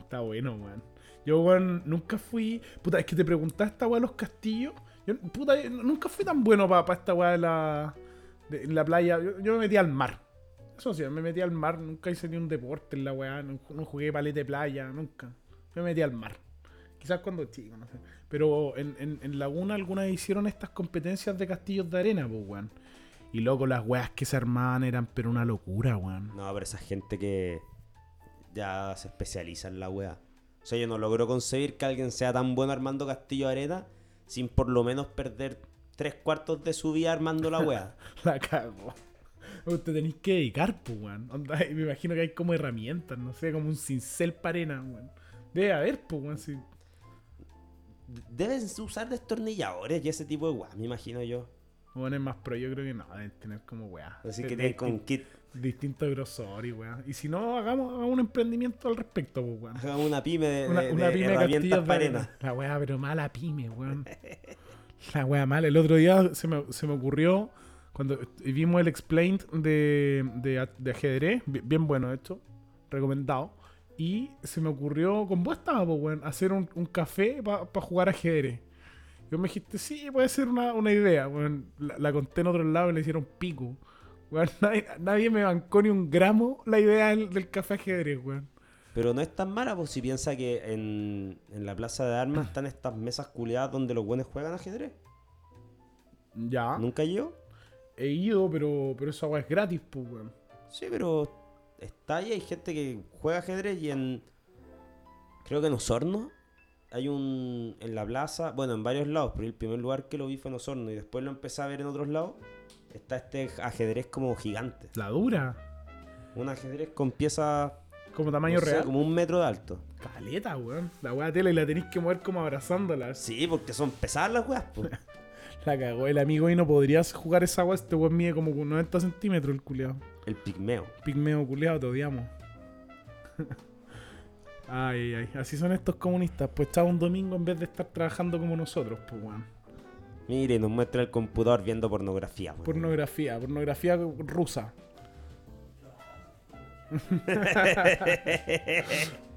Speaker 1: Está bueno, weón. Yo, weón, nunca fui. Puta, es que te preguntaste esta weá de los castillos. Yo, puta, yo nunca fui tan bueno para esta weá de la. de- en la playa. Yo, yo me metí al mar. Eso sí, me metí al mar. Nunca hice ni un deporte en la weá. No, no jugué palete de playa, nunca. Me metí al mar. Quizás cuando chico, no sé. Pero en, en, en Laguna algunas hicieron estas competencias de castillos de arena, pues, weón. Y loco, las weas que se armaban eran, pero una locura, weón.
Speaker 3: No, pero esa gente que ya se especializa en la weá. O sea, yo no logro concebir que alguien sea tan bueno armando Castillo de Arena sin por lo menos perder tres cuartos de su vida armando la weá.
Speaker 1: La cago. Te tenéis que dedicar, pues, weón. Onda, y Me imagino que hay como herramientas, no sé, como un cincel para arena, weón. Debe haber, pues, weón. sí.
Speaker 3: Deben usar destornilladores y ese tipo de weá, me imagino yo.
Speaker 1: Weón es más pro, yo creo que no, deben tener como weá.
Speaker 3: Así
Speaker 1: De-
Speaker 3: que
Speaker 1: de
Speaker 3: tienen con kit.
Speaker 1: Distinto grosor y weá. Y si no, hagamos, hagamos un emprendimiento al respecto, pues, weón.
Speaker 3: Hagan una pyme de,
Speaker 1: Una,
Speaker 3: de-
Speaker 1: una
Speaker 3: de
Speaker 1: pyme de
Speaker 3: herramientas
Speaker 1: castillos de
Speaker 3: para
Speaker 1: arena.
Speaker 3: arena.
Speaker 1: La weá, pero mala pyme, weón. La weá mala. El otro día se me, se me ocurrió cuando vimos el Explained de, de, a- de ajedrez. bi- Bien bueno esto. Recomendado. Y se me ocurrió, con vos estaba, po, weón, hacer un, un café para jugar ajedrez. Yo me dijiste, sí, puede ser una, una idea. weón. la, la conté en otro lado y le hicieron pico. Weón, nadie, nadie me bancó ni un gramo la idea del, del café ajedrez, weón.
Speaker 3: Pero no es tan mala, pues si piensa que en, en la plaza de armas están estas mesas culiadas donde los buenos juegan ajedrez.
Speaker 1: Ya.
Speaker 3: ¿Nunca yo?
Speaker 1: he ido, pero, pero esa agua es gratis, pues, weón.
Speaker 3: Sí, pero está ahí, hay gente que juega ajedrez y en. Creo que en Osorno hay un. En la plaza, bueno, en varios lados, pero el primer lugar que lo vi fue en Osorno y después lo empecé a ver en otros lados. Está este ajedrez como gigante.
Speaker 1: La dura.
Speaker 3: Un ajedrez con piezas
Speaker 1: Como tamaño
Speaker 3: No sé,
Speaker 1: real.
Speaker 3: Como un metro de alto.
Speaker 1: Caleta, weón. La weá tela y la tenéis que mover como abrazándola.
Speaker 3: Sí, porque son pesadas las weas, po.
Speaker 1: La cagó el amigo y no podrías jugar esa weá. Este weón mide como 90 centímetros el culeado.
Speaker 3: El pigmeo.
Speaker 1: Pigmeo culeado, te odiamos. ay, ay, ay. Así son estos comunistas. Pues está un domingo en vez de estar trabajando como nosotros, pues weón.
Speaker 3: Mire, nos muestra el computador viendo pornografía, weón.
Speaker 1: Pornografía, pornografía rusa.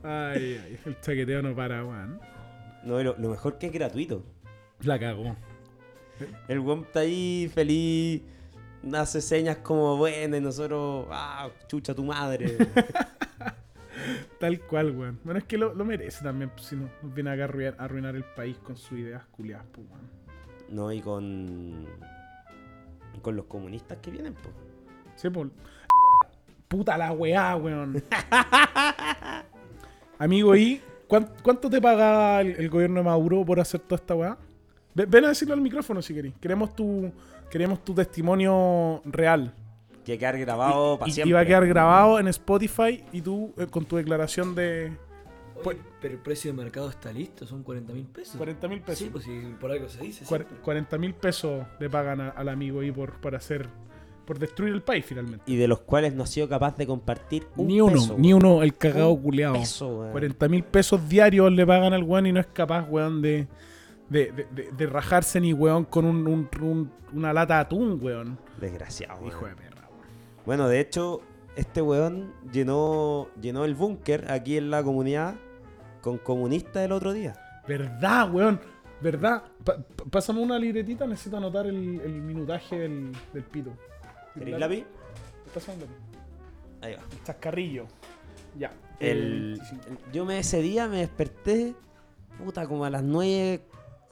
Speaker 1: ay, ay, el chaqueteo no para, weón.
Speaker 3: No, y lo, lo mejor que es gratuito.
Speaker 1: La cagó.
Speaker 3: El weón está ahí feliz. Hace señas como buenas y nosotros. ¡Ah! ¡Chucha tu madre!
Speaker 1: Tal cual, weón. Bueno, es que lo, lo merece también, pues, si no nos viene acá a arruinar, a arruinar el país con sus ideas culiadas, pues, weón.
Speaker 3: no, y con. Con los comunistas que vienen, po.
Speaker 1: Sí, pues. Puta la weá, weón. Amigo, ¿y cuán- cuánto, te paga el, el gobierno de Maduro por hacer toda esta weá? Ve- Ven a decirlo al micrófono si querés. Queremos tu, queremos tu testimonio real.
Speaker 3: Que quedar grabado para
Speaker 1: Y,
Speaker 3: siempre.
Speaker 1: y va a quedar grabado en Spotify y tú eh, con tu declaración de Pues-
Speaker 4: Oye, pero el precio de mercado está listo, son 40 mil pesos.
Speaker 1: 40 mil pesos.
Speaker 4: Sí, pues si por algo se dice.
Speaker 1: Cuar-
Speaker 4: siempre.
Speaker 1: 40 mil pesos le pagan a- al amigo y por, por hacer. por destruir el país finalmente.
Speaker 3: Y de los cuales no ha sido capaz de compartir un
Speaker 1: ni uno,
Speaker 3: peso,
Speaker 1: ni
Speaker 3: weón.
Speaker 1: uno, el cagado
Speaker 3: Un
Speaker 1: culeado.
Speaker 3: peso, weón.
Speaker 1: 40 mil pesos diarios le pagan al weón y no es capaz, weón, de. De, de- de- de rajarse ni weón con un- un- un- una lata de atún, weón.
Speaker 3: Desgraciado, weón.
Speaker 1: Hijo de perra, weón.
Speaker 3: Bueno, de hecho, este weón llenó, llenó el búnker aquí en la comunidad con comunistas el otro día.
Speaker 1: ¿Verdad, weón? ¿Verdad? Pa- pa- pásame una libretita, necesito anotar el, el minutaje del, del pito.
Speaker 3: ¿Queréis lápiz?
Speaker 1: Pásame un lápiz.
Speaker 3: Ahí va.
Speaker 1: Chascarrillo. Ya.
Speaker 3: El, el- yo me, ese día me desperté, puta, como a las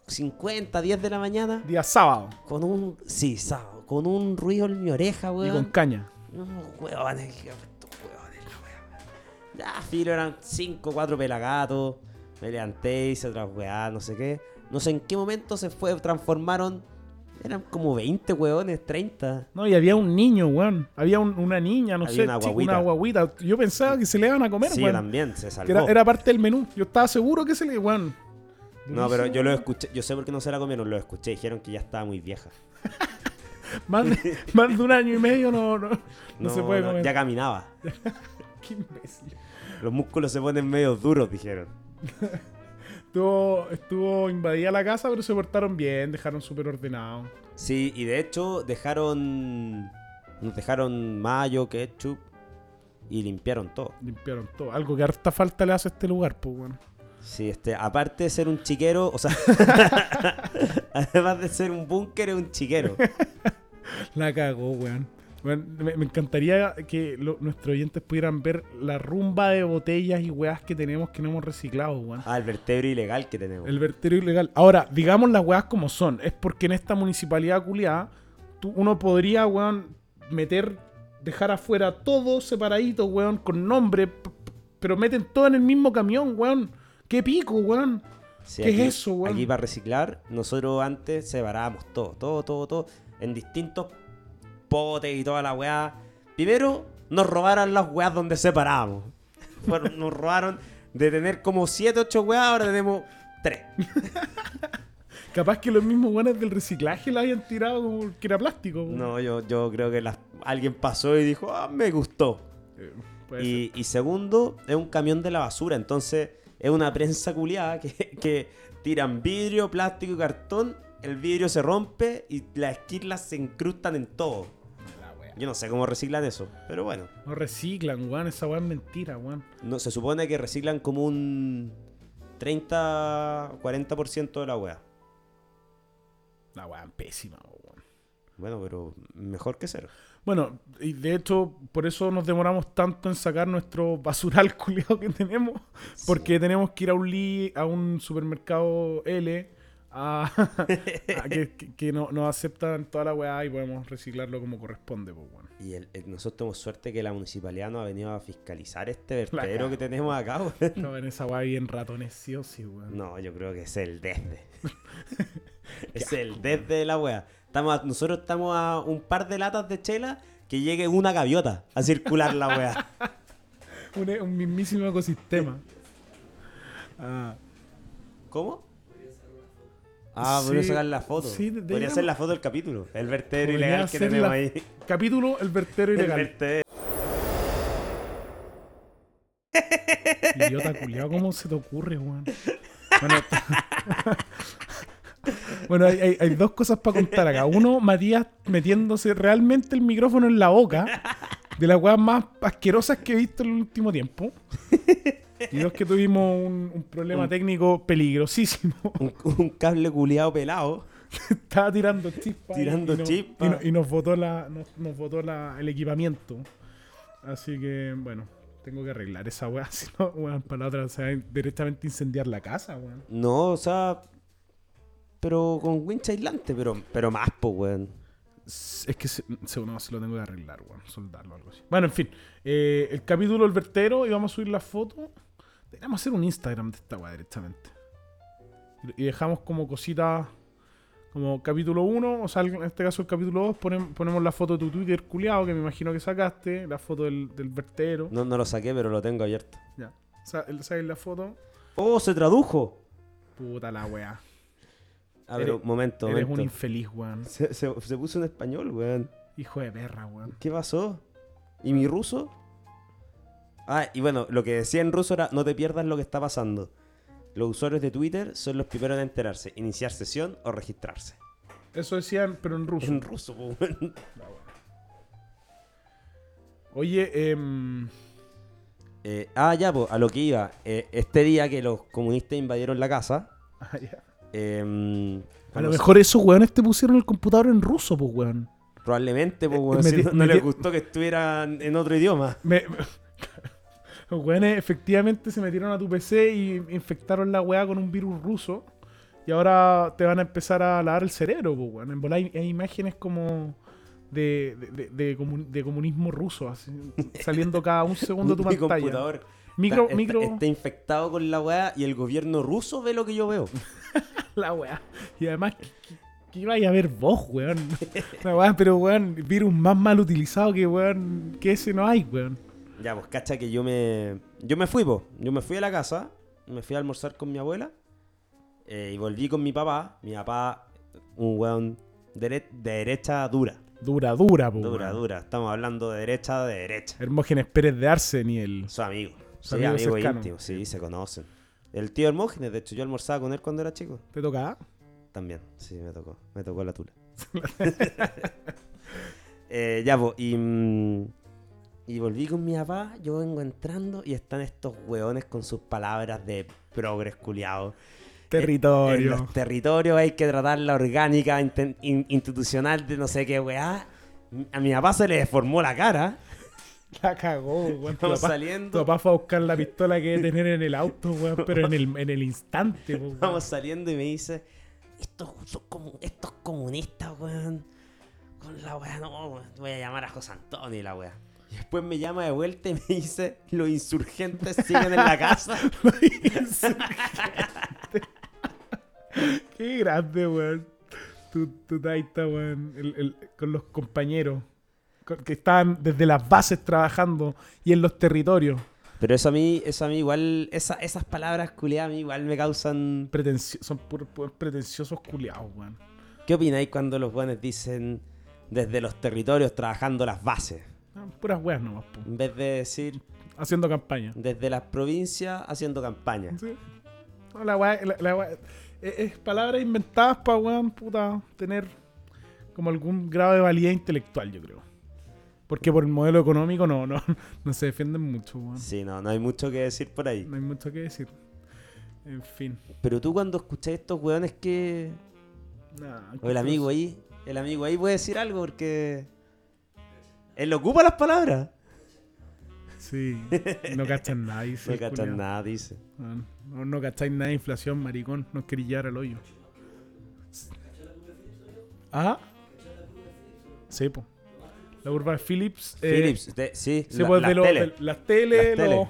Speaker 3: 9.50, 10 de la mañana,
Speaker 1: Día sábado.
Speaker 3: con un... Sí, sábado, con un ruido en mi oreja,
Speaker 1: Y con
Speaker 3: weón.
Speaker 1: caña.
Speaker 3: No, weones, dije, estos weones, la wea. Ya, filo, eran 5, 4 pelagatos. Me levanté, hice otras weá, no sé qué. No sé en qué momento se fue, transformaron. Eran como 20 weones, 30.
Speaker 1: No, y había un niño, weón. Había un- una niña, no
Speaker 3: Había
Speaker 1: sé,
Speaker 3: una
Speaker 1: chico,
Speaker 3: guagüita.
Speaker 1: una guaguita. Yo pensaba que se le iban a comer,
Speaker 3: sí,
Speaker 1: weón.
Speaker 3: también se
Speaker 1: Que
Speaker 3: salvó.
Speaker 1: era, era parte del menú. Yo estaba seguro que se le. Weón.
Speaker 3: No, pero
Speaker 1: Durísimo.
Speaker 3: yo lo escuché, yo sé por qué no se la comieron, lo escuché, dijeron que ya estaba muy vieja.
Speaker 1: Más de, más de un año y medio no, no, no se puede comer.
Speaker 3: Ya caminaba.
Speaker 1: Qué imbécil.
Speaker 3: Los músculos se ponen medio duros, dijeron.
Speaker 1: Estuvo, estuvo invadida la casa, pero se portaron bien, dejaron súper ordenado.
Speaker 3: Sí, y de hecho dejaron. Nos dejaron mayo, ketchup y limpiaron todo.
Speaker 1: Limpiaron todo. Algo que harta falta le hace a este lugar, pues, weón.
Speaker 3: Sí, este, aparte de ser un chiquero, o sea, además de ser un búnker, es un chiquero.
Speaker 1: La cagó, weón. Weón, me, me encantaría que lo- nuestros oyentes pudieran ver la rumba de botellas y weas que tenemos que no hemos reciclado, weón.
Speaker 3: Ah, el vertebro ilegal que tenemos.
Speaker 1: El vertero ilegal. Ahora, digamos las weas como son. Es porque en esta municipalidad culiada, tú- uno podría, weón, meter, dejar afuera todo separadito, weón, con nombre, p- p- pero meten todo en el mismo camión, weón. ¡Qué pico, weón!
Speaker 3: Sí,
Speaker 1: ¿qué es
Speaker 3: aquí-
Speaker 1: eso, weón?
Speaker 3: Aquí para reciclar, nosotros antes separábamos todo, todo, todo, todo, en distintos potes y toda la weá. Primero, nos robaron las weas donde separábamos. Bueno, nos robaron de tener como 7, 8 weas, ahora tenemos 3.
Speaker 1: Capaz que los mismos weones del reciclaje la hayan tirado como que era plástico. weón.
Speaker 3: No, yo, yo creo que las- alguien pasó y dijo, ah, me gustó.
Speaker 1: Eh, puede ser.
Speaker 3: Y, y segundo, es un camión de la basura. Entonces, es una prensa culiada que, que tiran vidrio, plástico y cartón. El vidrio se rompe y las esquirlas se incrustan en todo. Yo no sé cómo reciclan eso, pero bueno.
Speaker 1: No reciclan, weón. Esa weá es mentira, weón.
Speaker 3: No, se supone que reciclan como un 30-40% de la wea.
Speaker 1: La weá es pésima, weón.
Speaker 3: Bueno, pero mejor que cero.
Speaker 1: Bueno, y de hecho, por eso nos demoramos tanto en sacar nuestro basural culiado que tenemos. Porque tenemos que ir a un li- a un supermercado L a, a que, que- que no, nos aceptan toda la weá y podemos reciclarlo como corresponde, pues weón.
Speaker 3: Y el- el- nosotros tenemos suerte que la municipalidad no ha venido a fiscalizar este
Speaker 1: La
Speaker 3: vertedero
Speaker 1: cago.
Speaker 3: que tenemos acá, weón.
Speaker 1: No, en esa weá bien ratones, sí o sí, weón.
Speaker 3: No, yo creo que es el desde. es el desde de la wea. Estamos a- nosotros estamos a un par de latas de chela que llegue una gaviota a circular la wea.
Speaker 1: un, un mismísimo ecosistema. Ah,
Speaker 3: ¿Cómo? Ah,
Speaker 1: Sí,
Speaker 3: voy a sacar la foto.
Speaker 1: sí, de-
Speaker 3: Podría
Speaker 1: de-
Speaker 3: ser la foto del capítulo. El vertedero
Speaker 1: podría
Speaker 3: ilegal que
Speaker 1: ser
Speaker 3: tenemos
Speaker 1: la-
Speaker 3: ahí.
Speaker 1: Capítulo El vertero
Speaker 3: El
Speaker 1: ilegal.
Speaker 3: vertedero.
Speaker 1: Idiota culiao, ¿cómo se te ocurre, weón? Bueno, Bueno, hay, hay- hay dos cosas para contar acá. Uno, Matías metiéndose realmente el micrófono en la boca, de las weas más asquerosas que he visto en el último tiempo. Y dos, que tuvimos un, un problema técnico peligrosísimo.
Speaker 3: Un, un cable culiado pelado.
Speaker 1: Estaba tirando chispas. y-
Speaker 3: Tirando
Speaker 1: y nos-
Speaker 3: chispas.
Speaker 1: Y, no- y nos botó, la, nos, nos botó la- el equipamiento. Así que, bueno, tengo que arreglar esa wea. Si no, weón, para la otra se va a directamente incendiar la casa, weón.
Speaker 3: No, o sea. Pero con wincha aislante, pero, pero más, po, weón.
Speaker 1: Es que se, se- no, se lo tengo que arreglar, weón. Soldarlo o algo así. Bueno, en fin. eh, el capítulo El Vertero, íbamos a subir la foto. Deberíamos hacer un Instagram de esta weá directamente. Y y dejamos como cositas. Como capítulo 1, o sea, en este caso el capítulo 2, ponemos, la foto de tu Twitter culiado, que me imagino que sacaste, la foto del, del vertero.
Speaker 3: No, no lo saqué, pero lo tengo abierto.
Speaker 1: Ya. Sa- el- ¿Sabes la foto?
Speaker 3: ¡Oh, se tradujo!
Speaker 1: Puta la weá.
Speaker 3: A ver,
Speaker 1: Eres-
Speaker 3: un momento,
Speaker 1: Eres un
Speaker 3: momento.
Speaker 1: infeliz, weón.
Speaker 3: Se, se- se puso en español, weón.
Speaker 1: Hijo de perra, weón.
Speaker 3: ¿Qué pasó? ¿Y mi ruso? Ah, y bueno, lo que decía en ruso era no te pierdas lo que está pasando. Los usuarios de Twitter son los primeros en enterarse, iniciar sesión o registrarse.
Speaker 1: Eso decían, pero en ruso.
Speaker 3: En ruso, po, weón.
Speaker 1: Oye, em,
Speaker 3: Eh, ah, ya, pues, a lo que iba. Eh, este día que los comunistas invadieron la casa.
Speaker 1: ah, ya. A
Speaker 3: em,
Speaker 1: lo
Speaker 3: bueno,
Speaker 1: mejor esos weones te pusieron el computador en ruso, pues weón.
Speaker 3: Probablemente, pues,
Speaker 1: Eh,
Speaker 3: weón,
Speaker 1: me
Speaker 3: si
Speaker 1: ti-
Speaker 3: no, no
Speaker 1: me
Speaker 3: les
Speaker 1: ti-
Speaker 3: gustó que estuvieran en otro idioma.
Speaker 1: Me, los weones efectivamente se metieron a tu PC y infectaron la weá con un virus ruso. Y ahora te van a empezar a lavar el cerebro, pues weón. En volá hay, hay imágenes como de, de- de- de comun- de comunismo ruso, así, saliendo cada un segundo de tu
Speaker 3: Mi
Speaker 1: pantalla.
Speaker 3: computador
Speaker 1: Micro,
Speaker 3: está, este,
Speaker 1: micro,
Speaker 3: está- está infectado con la weá y el gobierno ruso ve lo que yo veo.
Speaker 1: la weá. Y además, ¿qué- ¿qué, qué vais a ver vos, weón? Una weá, pero weón, virus más mal utilizado que weón, que ese no hay, weón.
Speaker 3: Ya, pues cacha que yo me. Yo me fui, po. Yo me fui a la casa, me fui a almorzar con mi abuela eh, y volví con mi papá. Mi papá, un weón dere- de derecha dura.
Speaker 1: Dura, dura, pues.
Speaker 3: Dura, dura. Estamos hablando de derecha, de derecha.
Speaker 1: Hermógenes Pérez de Arce ni el.
Speaker 3: Son amigos.
Speaker 1: Son
Speaker 3: sí,
Speaker 1: amigos
Speaker 3: amigos
Speaker 1: cercanos.
Speaker 3: íntimos, sí, se conocen. El tío Hermógenes, de hecho, yo almorzaba con él cuando era chico.
Speaker 1: ¿Te toca? ¿ah?
Speaker 3: También, sí, me tocó. Me tocó la tula. Eh, ya, pues, y, mm, y volví con mi papá, yo vengo entrando y están estos hueones con sus palabras de progres culiados. Eh, En
Speaker 1: Territorio.
Speaker 3: los territorios hay que tratar la orgánica inten- in- institucional de no sé qué weá. A mi papá se le deformó la cara.
Speaker 1: La cagó, weón. Tu
Speaker 3: Vamos
Speaker 1: papá, tu
Speaker 3: saliendo.
Speaker 1: papá fue a buscar la pistola que debe tener en el auto, weón, pero en el, en el instante, po, weón.
Speaker 3: Vamos saliendo y me dice, estos, son comu- estos comunistas, weón. Con la weá, no, weón, voy a llamar a José Antonio y la weá. Y después me llama de vuelta y me dice, los insurgentes siguen en la casa.
Speaker 1: Qué grande, weón. Tu, tu taita, weón. El- el- con los compañeros con- que estaban desde las bases trabajando y en los territorios.
Speaker 3: Pero eso a mí, eso a mí igual, esa- esas palabras culiadas a mí igual me causan...
Speaker 1: Pretencio- son puros puros pretenciosos culiados, weón.
Speaker 3: ¿Qué opináis cuando los buenos dicen desde los territorios trabajando las bases?
Speaker 1: Ah, Puras weas nomás, po.
Speaker 3: En vez de decir
Speaker 1: Haciendo campaña.
Speaker 3: desde las provincias haciendo campaña.
Speaker 1: Sí. No, la weá- la- la weá- es, es palabras inventadas para, weón, puta, tener como algún grado de validez intelectual, yo creo. Porque por el modelo económico no, no, no se defienden mucho, weón.
Speaker 3: Sí, no, no hay mucho que decir por ahí.
Speaker 1: No hay mucho que decir. En fin.
Speaker 3: Pero tú cuando escuchás estos weones que...
Speaker 1: Nah,
Speaker 3: O el amigo eh. ahí, el amigo ahí puede decir algo porque... Él ocupa las palabras.
Speaker 1: Sí, no cachan nada. dice
Speaker 3: No
Speaker 1: el
Speaker 3: cachan
Speaker 1: culiao.
Speaker 3: nada, dice.
Speaker 1: Weón, No, no cacháis nada de inflación, maricón. No queréis llegar al hoyo. ¿Ah? Sí, po. La curva de Phillips. eh,
Speaker 3: Philips, de- sí,
Speaker 1: Sí,
Speaker 3: la-
Speaker 1: pues,
Speaker 3: las
Speaker 1: de lo-
Speaker 3: tele.
Speaker 1: de las teles,
Speaker 3: Las
Speaker 1: los-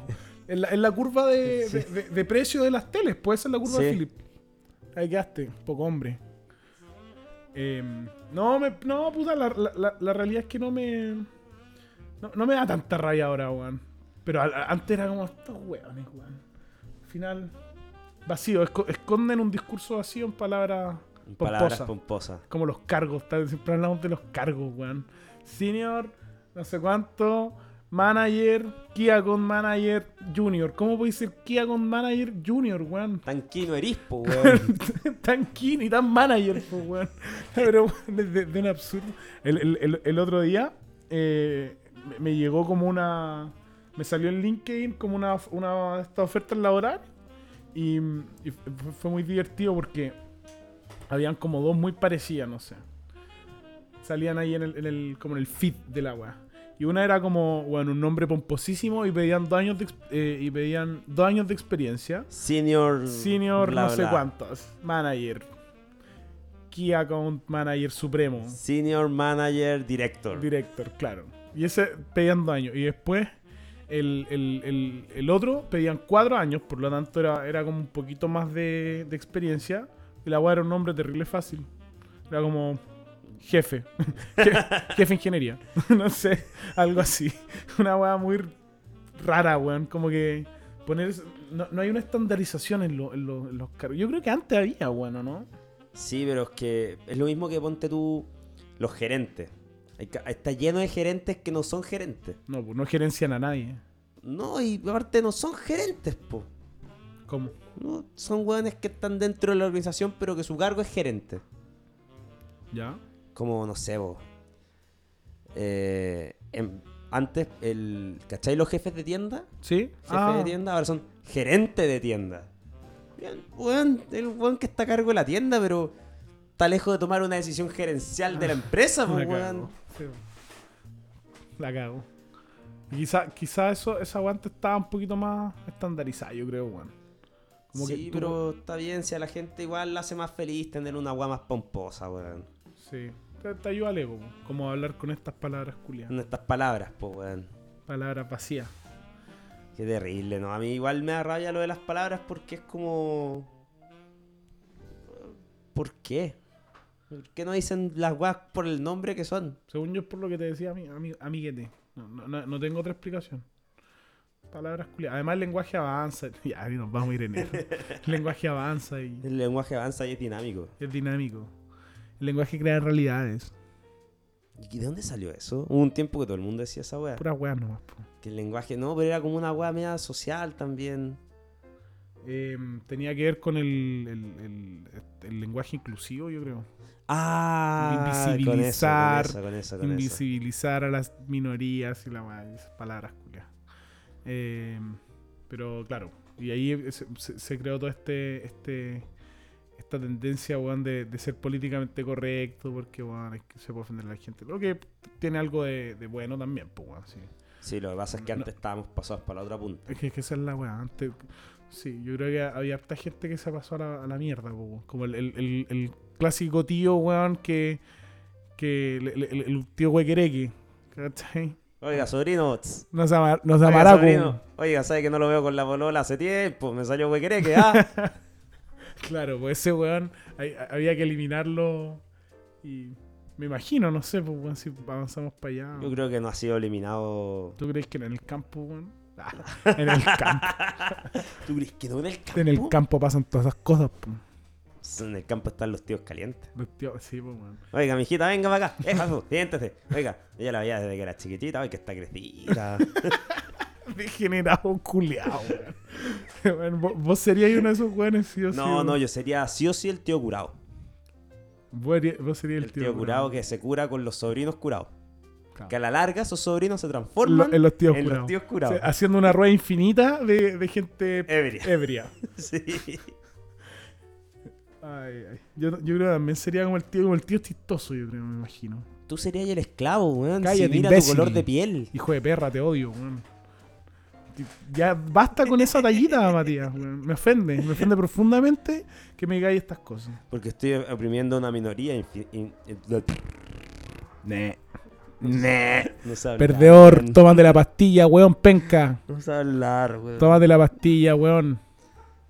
Speaker 1: en, la, en la curva de, de- de- de precio de las teles, puede ser la curva de
Speaker 3: Sí.
Speaker 1: Philip. Ahí quedaste, poco hombre. Em, no, me, no, puta, la, la- la- la realidad es que no me. No, no me da tanta rabia ahora, weón. Pero al- antes era como estos hueones, weón. Al final, vacío. esco- esconden un discurso vacío en palabras
Speaker 3: En Palabras
Speaker 1: pomposas.
Speaker 3: pomposas.
Speaker 1: como los cargos, tal- siempre hablamos de los cargos, weón. Senior, no sé cuánto, manager, Kia con manager, junior. ¿Cómo puede ser Kia con manager, junior, weón?
Speaker 3: Tanquino erispo, weón.
Speaker 1: tan keen y tan manager, pues, weón. Pero weón, es de, de un absurdo. El, el- el- el otro día eh, me, me llegó como una. Me salió en LinkedIn como una, of- una de estas ofertas laborales. Y, y fue- fue muy divertido porque habían como dos muy parecidas, no sé. Salían ahí en el, en el- como en el feed de la weá. Y una era como, bueno, un nombre pomposísimo y pedían dos años de, ex- eh, y pedían dos años de experiencia.
Speaker 3: Senior.
Speaker 1: Senior
Speaker 3: bla,
Speaker 1: no sé
Speaker 3: bla.
Speaker 1: cuántos. Manager. Key Account Manager Supremo.
Speaker 3: Senior Manager Director.
Speaker 1: Director, claro. Y ese pedían dos años. Y después el, el- el- el otro pedían cuatro años, por lo tanto era, era como un poquito más de, de experiencia. Y la weá era un nombre terrible fácil. Era como jefe. jefe, jefe ingeniería. no sé, algo así. Una weá muy rara, weón. Como que poner... No, no hay una estandarización en, lo- en lo- en los cargos. Yo creo que antes había, bueno, ¿no?
Speaker 3: Sí, pero es que es lo mismo que ponte tú los gerentes. Hay ca- Está lleno de gerentes que no son gerentes.
Speaker 1: No, pues no gerencian a nadie.
Speaker 3: No, y aparte no son gerentes, po.
Speaker 1: ¿Cómo?
Speaker 3: No, son weones que están dentro de la organización, pero que su cargo es gerente.
Speaker 1: ¿Ya?
Speaker 3: Como, no sé, vos. Eh, en- antes, el, ¿cachai los jefes de tienda?
Speaker 1: ¿Sí? Ah.
Speaker 3: Jefe de tienda, ahora son gerente de tienda. Bien, weón, el weón que está a cargo de la tienda, pero está lejos de tomar una decisión gerencial de la empresa, pues, po,
Speaker 1: La
Speaker 3: weón.
Speaker 1: Ah, cago. sí, po. La cago. Y Quizá, quizá eso, esa guante estaba un poquito más estandarizada, yo creo, weón. Como que
Speaker 3: sí,
Speaker 1: tú-
Speaker 3: pero está bien, si a la gente igual la hace más feliz tener una agua más pomposa, weón.
Speaker 1: Sí. Te, te ayuda al ego, po, como hablar con estas palabras culiadas.
Speaker 3: En estas palabras, pues, po, weón.
Speaker 1: Palabras vacías.
Speaker 3: Qué terrible, ¿no? A mí igual me da rabia lo de las palabras porque es como... ¿Por qué? ¿Por qué no dicen las guas por el nombre que son?
Speaker 1: Según yo es por lo que te decía, ami- ami- amiguete. No, no- no- no tengo otra explicación. Palabras culiadas. Además, el lenguaje avanza. Ya, ahí nos vamos a ir en eso. El lenguaje avanza y
Speaker 3: El lenguaje avanza y es dinámico.
Speaker 1: es dinámico. El lenguaje crea realidades.
Speaker 3: ¿Y de dónde salió eso? Hubo un tiempo que todo el mundo decía esa weá.
Speaker 1: Puras weas nomás, po.
Speaker 3: Que el lenguaje no, pero era como una weá media social también.
Speaker 1: Eh, tenía que ver con el, el- el- el lenguaje inclusivo, yo creo.
Speaker 3: Ah, con eso,
Speaker 1: Invisibilizar,
Speaker 3: Con eso, con eso, con eso.
Speaker 1: Invisibilizar a las minorías y la ma- esas palabras culias. Eh, pero claro, y ahí se, se- se creó todo este, este esta tendencia, weón, de, de ser políticamente correcto, porque weón, es que se puede ofender a la gente. Lo que tiene algo de, de bueno también, pues weón, sí.
Speaker 3: Sí, lo que pasa es que
Speaker 1: No.
Speaker 3: antes estábamos pasados para la otra punta.
Speaker 1: Es que, es que esa es la weá. Antes, sí, yo creo que había harta gente que se pasó a la, a la mierda, po, weón. como el, el- el- el clásico tío, weón, que. que el, el- el- el tío huequereque. ¿Cachai?
Speaker 3: Oiga, sobrino. tss.
Speaker 1: Nos, ama, nos
Speaker 3: Oiga,
Speaker 1: amará, po,
Speaker 3: sobrino.
Speaker 1: weón.
Speaker 3: Oiga, ¿sabe que no lo veo con la bolola hace tiempo? Me salió huequereque, ¿ah?
Speaker 1: Claro, pues ese weón hay- había que eliminarlo. Y me imagino, no sé, pues weón, si avanzamos para allá.
Speaker 3: Yo creo que no ha sido eliminado.
Speaker 1: ¿Tú crees que en el campo, weón? Ah, en el campo.
Speaker 3: ¿Tú crees que no en el campo?
Speaker 1: en el campo pasan todas esas cosas, po.
Speaker 3: En el campo están los tíos calientes.
Speaker 1: Los tíos- sí, po, weón.
Speaker 3: Oiga, mijita, venga para acá. Eh, Jafu, siéntese. Oiga, ella la veía desde que era chiquitita, hoy que está crecida.
Speaker 1: Degenerado culiao, weón. Weón, vos, vos seríais uno de esos weones, sí o sí.
Speaker 3: No,
Speaker 1: weón.
Speaker 3: no, yo sería sí o sí el tío curado.
Speaker 1: Vos, serías- vos serías
Speaker 3: El,
Speaker 1: el,
Speaker 3: tío, curado que se cura con los sobrinos curados.
Speaker 1: Claro.
Speaker 3: Que a la larga esos sobrinos se
Speaker 1: Lo-
Speaker 3: transforman
Speaker 1: en los tíos
Speaker 3: en
Speaker 1: curados.
Speaker 3: los tíos curados.
Speaker 1: O sea, haciendo una rueda infinita de, de gente
Speaker 3: Ebria.
Speaker 1: ebria.
Speaker 3: Sí.
Speaker 1: Ay, ay. Yo, yo creo que también sería como el tío, como el tío chistoso, yo creo, me imagino.
Speaker 3: Tú serías el esclavo, weón.
Speaker 1: Cállate,
Speaker 3: si mira
Speaker 1: imbécil.
Speaker 3: tu color de piel.
Speaker 1: Hijo de perra, te odio, weón. Ti- Ya basta con esa tallita, Matías. weón. Me ofende, me ofende profundamente que me digáis estas cosas.
Speaker 3: Porque estoy oprimiendo a una minoría. infi- in- in- no- no sabe hablar,
Speaker 1: Perdedor,
Speaker 3: weón.
Speaker 1: tómate la pastilla, weón, penca.
Speaker 3: No sabe hablar, weón.
Speaker 1: Tómate la pastilla, weón.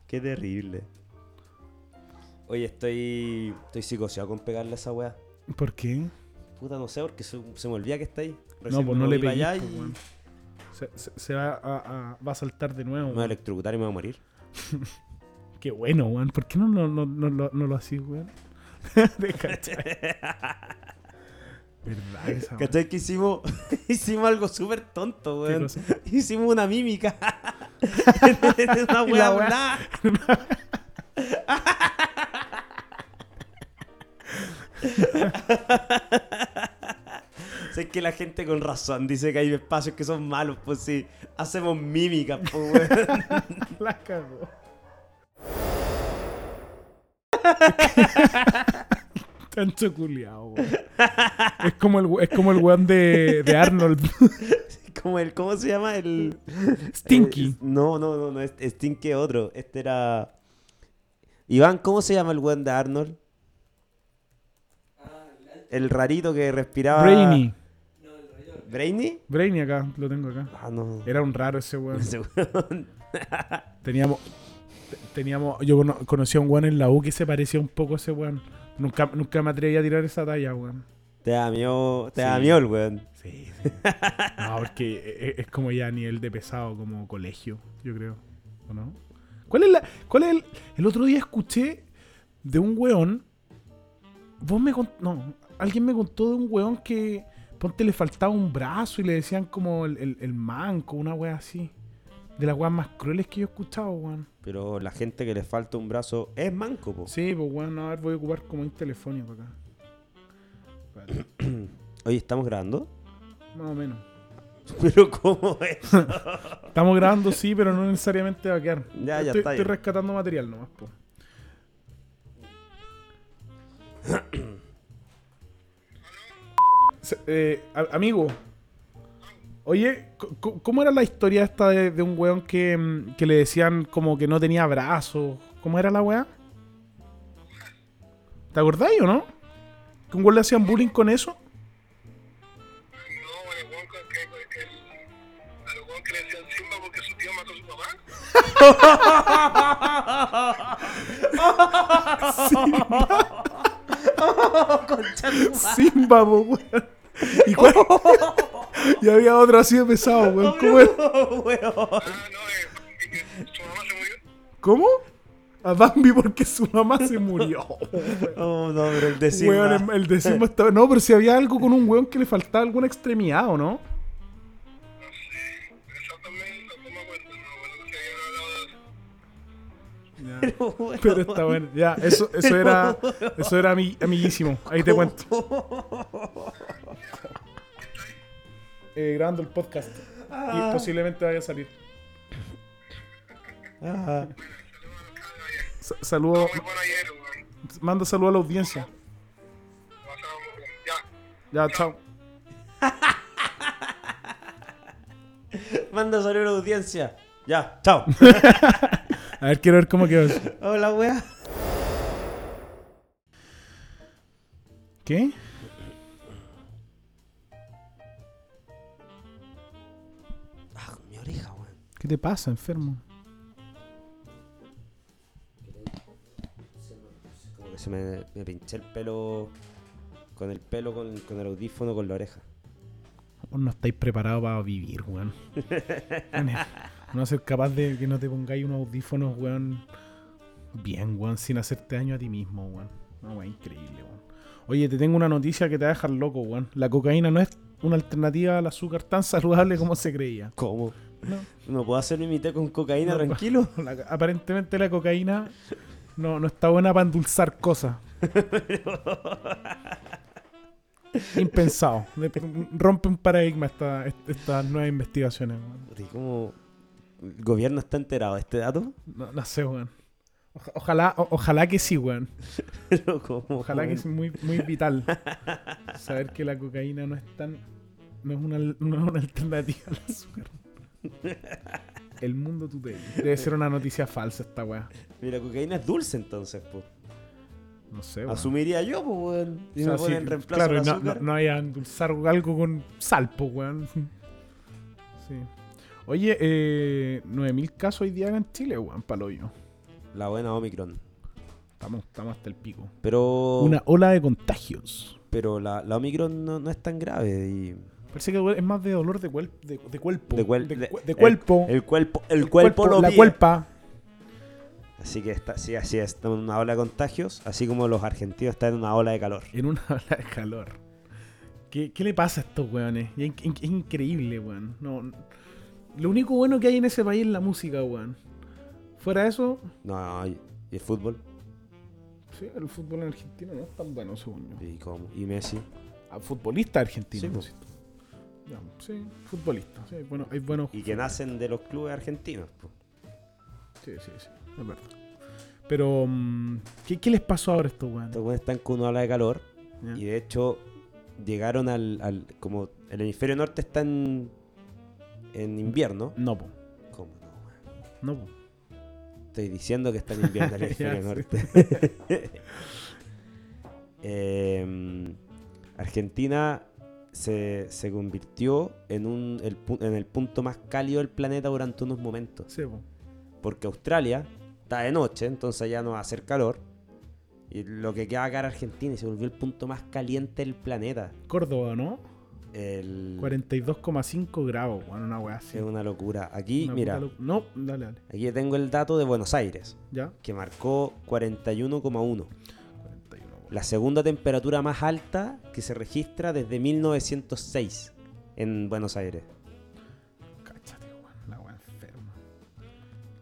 Speaker 3: Qué terrible. Oye, estoy. Estoy psicoseado con pegarle a esa weá.
Speaker 1: ¿Por qué?
Speaker 3: Puta, no sé, porque se, se me olvida que está ahí.
Speaker 1: No,
Speaker 3: Recién
Speaker 1: pues
Speaker 3: me
Speaker 1: no le
Speaker 3: moví pa'
Speaker 1: pegué.
Speaker 3: allá y-
Speaker 1: Se, se- se va, a, a- va a saltar de nuevo.
Speaker 3: Me voy a
Speaker 1: weón.
Speaker 3: electrocutar y me voy a morir.
Speaker 1: Qué bueno, weón. ¿Por qué no, no, no, no, lo- no lo hacís, weón? de cachai. Verdad esa, weón.
Speaker 3: ¿Cachai que hicimos, hicimos algo súper tonto,
Speaker 1: ¿Qué
Speaker 3: weón?
Speaker 1: cosa?
Speaker 3: Hicimos una mímica. una
Speaker 1: Y la
Speaker 3: weá
Speaker 1: weá-
Speaker 3: volada. Sé que la gente con razón dice que hay espacios que son malos, pues sí, hacemos mímicas, pues, weón.
Speaker 1: La cagó. Tanto culiao, weón. Es como el, we- es como el weón de, de Arnold.
Speaker 3: Como el, ¿Cómo se llama? El.
Speaker 1: Stinky.
Speaker 3: Eh, no, no, no, no, es- Stinky es otro. Este era. Iván, ¿cómo se llama el weón de Arnold? El rarito que respiraba.
Speaker 1: Brainy.
Speaker 3: ¿Brainy?
Speaker 1: Brainy acá, lo tengo acá.
Speaker 3: Ah, no.
Speaker 1: Era un raro ese weón.
Speaker 3: Ese weón.
Speaker 1: Teníamos. te- Teníamos. Yo cono- conocí a un weón en la U que se parecía un poco a ese weón. Nunca, nunca me atreví a tirar esa talla, weón.
Speaker 3: Te da miedo, te da
Speaker 1: Sí.
Speaker 3: miedo el weón.
Speaker 1: Sí, sí. No, porque e- e- es como ya a nivel de pesado, como colegio, yo creo. ¿O no? ¿Cuál es la. ¿Cuál es el. El otro día escuché de un weón. Vos me cont- No, alguien me contó de un weón que. Ponte le faltaba un brazo y le decían como el, el- el manco, una wea así. De las weas más crueles que yo he escuchado, weón.
Speaker 3: Pero la gente que le falta un brazo es manco, po.
Speaker 1: Sí, pues weón, a ver, voy a ocupar como un telefónico acá. Espérate,
Speaker 3: Oye, ¿estamos grabando?
Speaker 1: Más o menos.
Speaker 3: Pero ¿cómo es?
Speaker 1: Estamos grabando, sí, pero no necesariamente va a quedar.
Speaker 3: Ya, ya
Speaker 1: estoy,
Speaker 3: está, ya.
Speaker 1: Estoy rescatando material nomás, po. Se- eh, a- amigo. Oye, co- co- ¿cómo era la historia esta de, de un weón que, mm, que le decían como que no tenía brazos? ¿Cómo era la weá? ¿Te acordáis o no? ¿Que un weón le hacían bullying con eso?
Speaker 5: No, el hueón con que, que el, al hueón que le decían Simba porque su tío mató a su papá.
Speaker 1: Simba, po, weón. ¿Y, cuál- y había otro así de pesado, weón. ¿Cómo era?
Speaker 3: Weón.
Speaker 5: Ah, no, eh, y que su mamá se murió.
Speaker 1: ¿Cómo? A Bambi porque su mamá se murió.
Speaker 3: Oh, no, pero el de Simba.
Speaker 1: Weón, el- el de Simba estaba. No, pero si había algo con un weón que le faltaba alguna extremidad, ¿o no?
Speaker 5: Eso también, tampoco me acuerdo. No, bueno, que habían hablado de eso.
Speaker 3: Weón.
Speaker 1: Pero está bueno. Ya, eso, eso era. Eso era ami- amiguísimo. Ahí te cuento. Eh, grabando el podcast. Y posiblemente vaya a salir.
Speaker 3: Ah,
Speaker 1: Sa- saludo.
Speaker 5: Muy bueno ayer, hueón.
Speaker 1: Manda saludo a la audiencia.
Speaker 5: Pasábamos bien. Ya.
Speaker 1: Ya, chao.
Speaker 3: Manda saludos a la audiencia. Ya, chao.
Speaker 1: A ver, quiero ver cómo quedó. eso.
Speaker 3: Hola, weá.
Speaker 1: ¿Qué?
Speaker 3: Ah, mi oreja, weón.
Speaker 1: ¿Qué te pasa, enfermo?
Speaker 3: Como que se me, me pinché el pelo con el pelo, con, con el audífono, con la oreja.
Speaker 1: Vos no estáis preparados para vivir, weón. Weón, No ser capaz de que no te pongáis unos audífonos, weón. Bien, weón, sin hacerte daño a ti mismo, weón. Una weá increíble, weón. Oye, te tengo una noticia que te va a dejar loco, weón. La cocaína no es una alternativa al azúcar tan saludable como se creía.
Speaker 3: ¿Cómo?
Speaker 1: No.
Speaker 3: ¿No puedo hacerme mi té con cocaína
Speaker 1: No,
Speaker 3: tranquilo?
Speaker 1: La- aparentemente la cocaína no, no está buena para endulzar cosas. Impensado. De- Rompe un paradigma esta- est- estas nuevas investigaciones, weón.
Speaker 3: Puta, ¿y ¿Cómo? ¿El gobierno está enterado de este dato?
Speaker 1: No, no sé, weón. Oja- Ojalá, o- ojalá que sí, weón.
Speaker 3: Pero ¿cómo,
Speaker 1: Ojalá que
Speaker 3: weón?
Speaker 1: es muy, muy vital saber que la cocaína no es tan. no es una, no es una alternativa al azúcar. El mundo tuteo. Debe ser una noticia falsa esta weá.
Speaker 3: Mira, cocaína es dulce entonces, pues.
Speaker 1: No sé, weón.
Speaker 3: Asumiría yo, pues, weón. Si
Speaker 1: O sea,
Speaker 3: me
Speaker 1: sí,
Speaker 3: ponen reemplazo
Speaker 1: claro,
Speaker 3: de
Speaker 1: y no, no,
Speaker 3: azúcar.
Speaker 1: no vaya a endulzar algo con sal, po, weón. Sí. Oye, eh, 9.000 casos hoy día acá en Chile, weón, paloyo.
Speaker 3: La buena Omicron.
Speaker 1: Estamos, estamos hasta el pico.
Speaker 3: Pero.
Speaker 1: Una ola de contagios.
Speaker 3: Pero la, la Omicron no, no es tan grave. Y
Speaker 1: Parece que es más de dolor de, cuel, de, de cuerpo.
Speaker 3: De, cuel-
Speaker 1: de,
Speaker 3: de-
Speaker 1: cue- de cuerpo.
Speaker 3: El, el cuerpo, el, cuerpo, lo
Speaker 1: La
Speaker 3: pide.
Speaker 1: cuerpa.
Speaker 3: Así que está, sí, así es, estamos en una ola de contagios, así como los argentinos están en una ola de calor.
Speaker 1: En una ola de calor. ¿Qué, qué le pasa a estos weones? Es, in- es increíble, weón. No, no. lo único bueno que hay en ese país es la música, weón. Fuera de eso,
Speaker 3: No, y y el fútbol,
Speaker 1: sí, el fútbol en Argentina no es tan bueno, según yo.
Speaker 3: y cómo, y Messi.
Speaker 1: A futbolista argentino.
Speaker 3: Sí,
Speaker 1: Sí,
Speaker 3: pues.
Speaker 1: Ya, sí, futbolista. Sí, bueno, hay buenos.
Speaker 3: Y que nacen de los clubes argentinos. po.
Speaker 1: Sí, sí, sí, es verdad. Pero, mm, ¿qué, qué les pasó ahora a estos weones?
Speaker 3: Estos güeyes están con una ola de calor.
Speaker 1: Ya.
Speaker 3: Y de hecho, llegaron al, al- Como el hemisferio norte está en. En invierno.
Speaker 1: No, po.
Speaker 3: ¿Cómo no,
Speaker 1: No,
Speaker 3: güey?
Speaker 1: po.
Speaker 3: Estoy diciendo que está en invierno el hemisferio
Speaker 1: Ya, sí.
Speaker 3: norte. Em, Argentina se, se convirtió en, un, el, pu- en el punto más cálido del planeta durante unos momentos.
Speaker 1: Sí, po.
Speaker 3: porque Australia está de noche, entonces ya no va a hacer calor. Y lo que queda acá era Argentina y se volvió el punto más caliente del planeta.
Speaker 1: Córdoba, ¿no?
Speaker 3: El-
Speaker 1: 42,5 grados, weón, una weá así.
Speaker 3: Es una locura. Aquí,
Speaker 1: Una
Speaker 3: mira,
Speaker 1: puta lo- No, dale, dale.
Speaker 3: aquí tengo el dato de Buenos Aires,
Speaker 1: Ya.
Speaker 3: que marcó 41,1.
Speaker 1: 41, weón.
Speaker 3: La segunda temperatura más alta que se registra desde 1906 en Buenos Aires.
Speaker 1: Cáchate, weón. La weá enferma.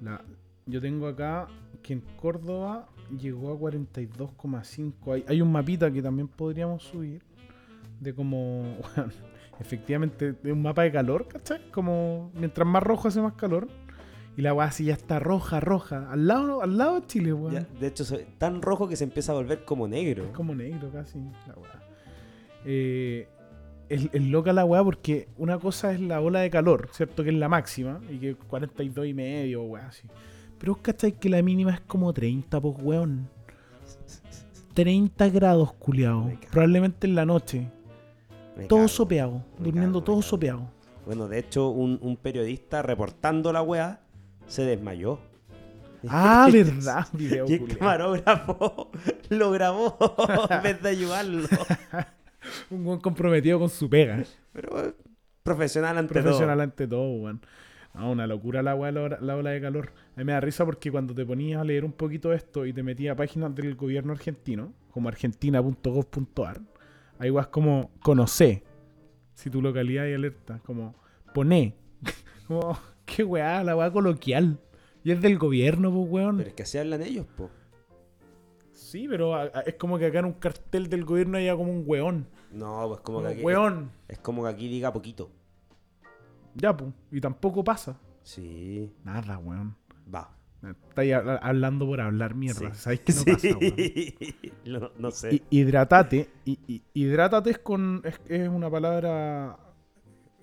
Speaker 1: La- Yo tengo acá que en Córdoba llegó a 42,5. Hay, hay un mapita que también podríamos subir de como. weón, efectivamente, de un mapa de calor, ¿cachai? Como mientras más rojo hace más calor. Y la weá así ya está roja, roja. Al lado, al lado de Chile, weón.
Speaker 3: Ya, de hecho, se- tan rojo que se empieza a volver como negro.
Speaker 1: Es como negro casi, la weá. Eh, es, es loca la weá porque una cosa es la ola de calor, ¿cierto? Que es la máxima y que 42 y medio, weá, así. Pero vos cachai que la mínima es como 30, pues weón. 30 grados, culiao.
Speaker 3: Me cago.
Speaker 1: Probablemente en la noche.
Speaker 3: Me
Speaker 1: Todo
Speaker 3: cago.
Speaker 1: sopeado.
Speaker 3: Me
Speaker 1: Durmiendo
Speaker 3: cago, me
Speaker 1: todo
Speaker 3: cago.
Speaker 1: sopeado.
Speaker 3: Bueno, de hecho, un, un periodista reportando la weá se desmayó.
Speaker 1: Ah, verdad, video,
Speaker 3: Y el
Speaker 1: culiao.
Speaker 3: camarógrafo lo grabó en vez de ayudarlo.
Speaker 1: Un buen comprometido con su pega.
Speaker 3: Pero bueno, profesional ante
Speaker 1: profesional ante todo, weón. No, una locura la, weá, la, hora- la ola de calor. A mí me da risa porque cuando te ponías a leer un poquito esto y te metías a páginas del gobierno argentino, como argentina.gov.ar, ahí vas como conoce si tu localidad hay alerta, como poné. como, qué weá, la weá coloquial. Y es del gobierno, pues,
Speaker 3: todo.
Speaker 1: weón.
Speaker 3: Pero es que así hablan ellos, po.
Speaker 1: Sí, pero a- a- es como que acá en un cartel del gobierno haya como un weón.
Speaker 3: No, pues como que
Speaker 1: Como
Speaker 3: aquí.
Speaker 1: weón.
Speaker 3: Es como que aquí diga poquito.
Speaker 1: Ya, pues. Y tampoco pasa.
Speaker 3: Sí,
Speaker 1: Nada, weón.
Speaker 3: va.
Speaker 1: Estáis habla- hablando por hablar mierda.
Speaker 3: Sí.
Speaker 1: ¿Sabéis qué no
Speaker 3: Sí.
Speaker 1: pasa, weón?
Speaker 3: Lo- no sé.
Speaker 1: Hi- Hidratate. hi- hi- Hidrátate es, con, es, es una palabra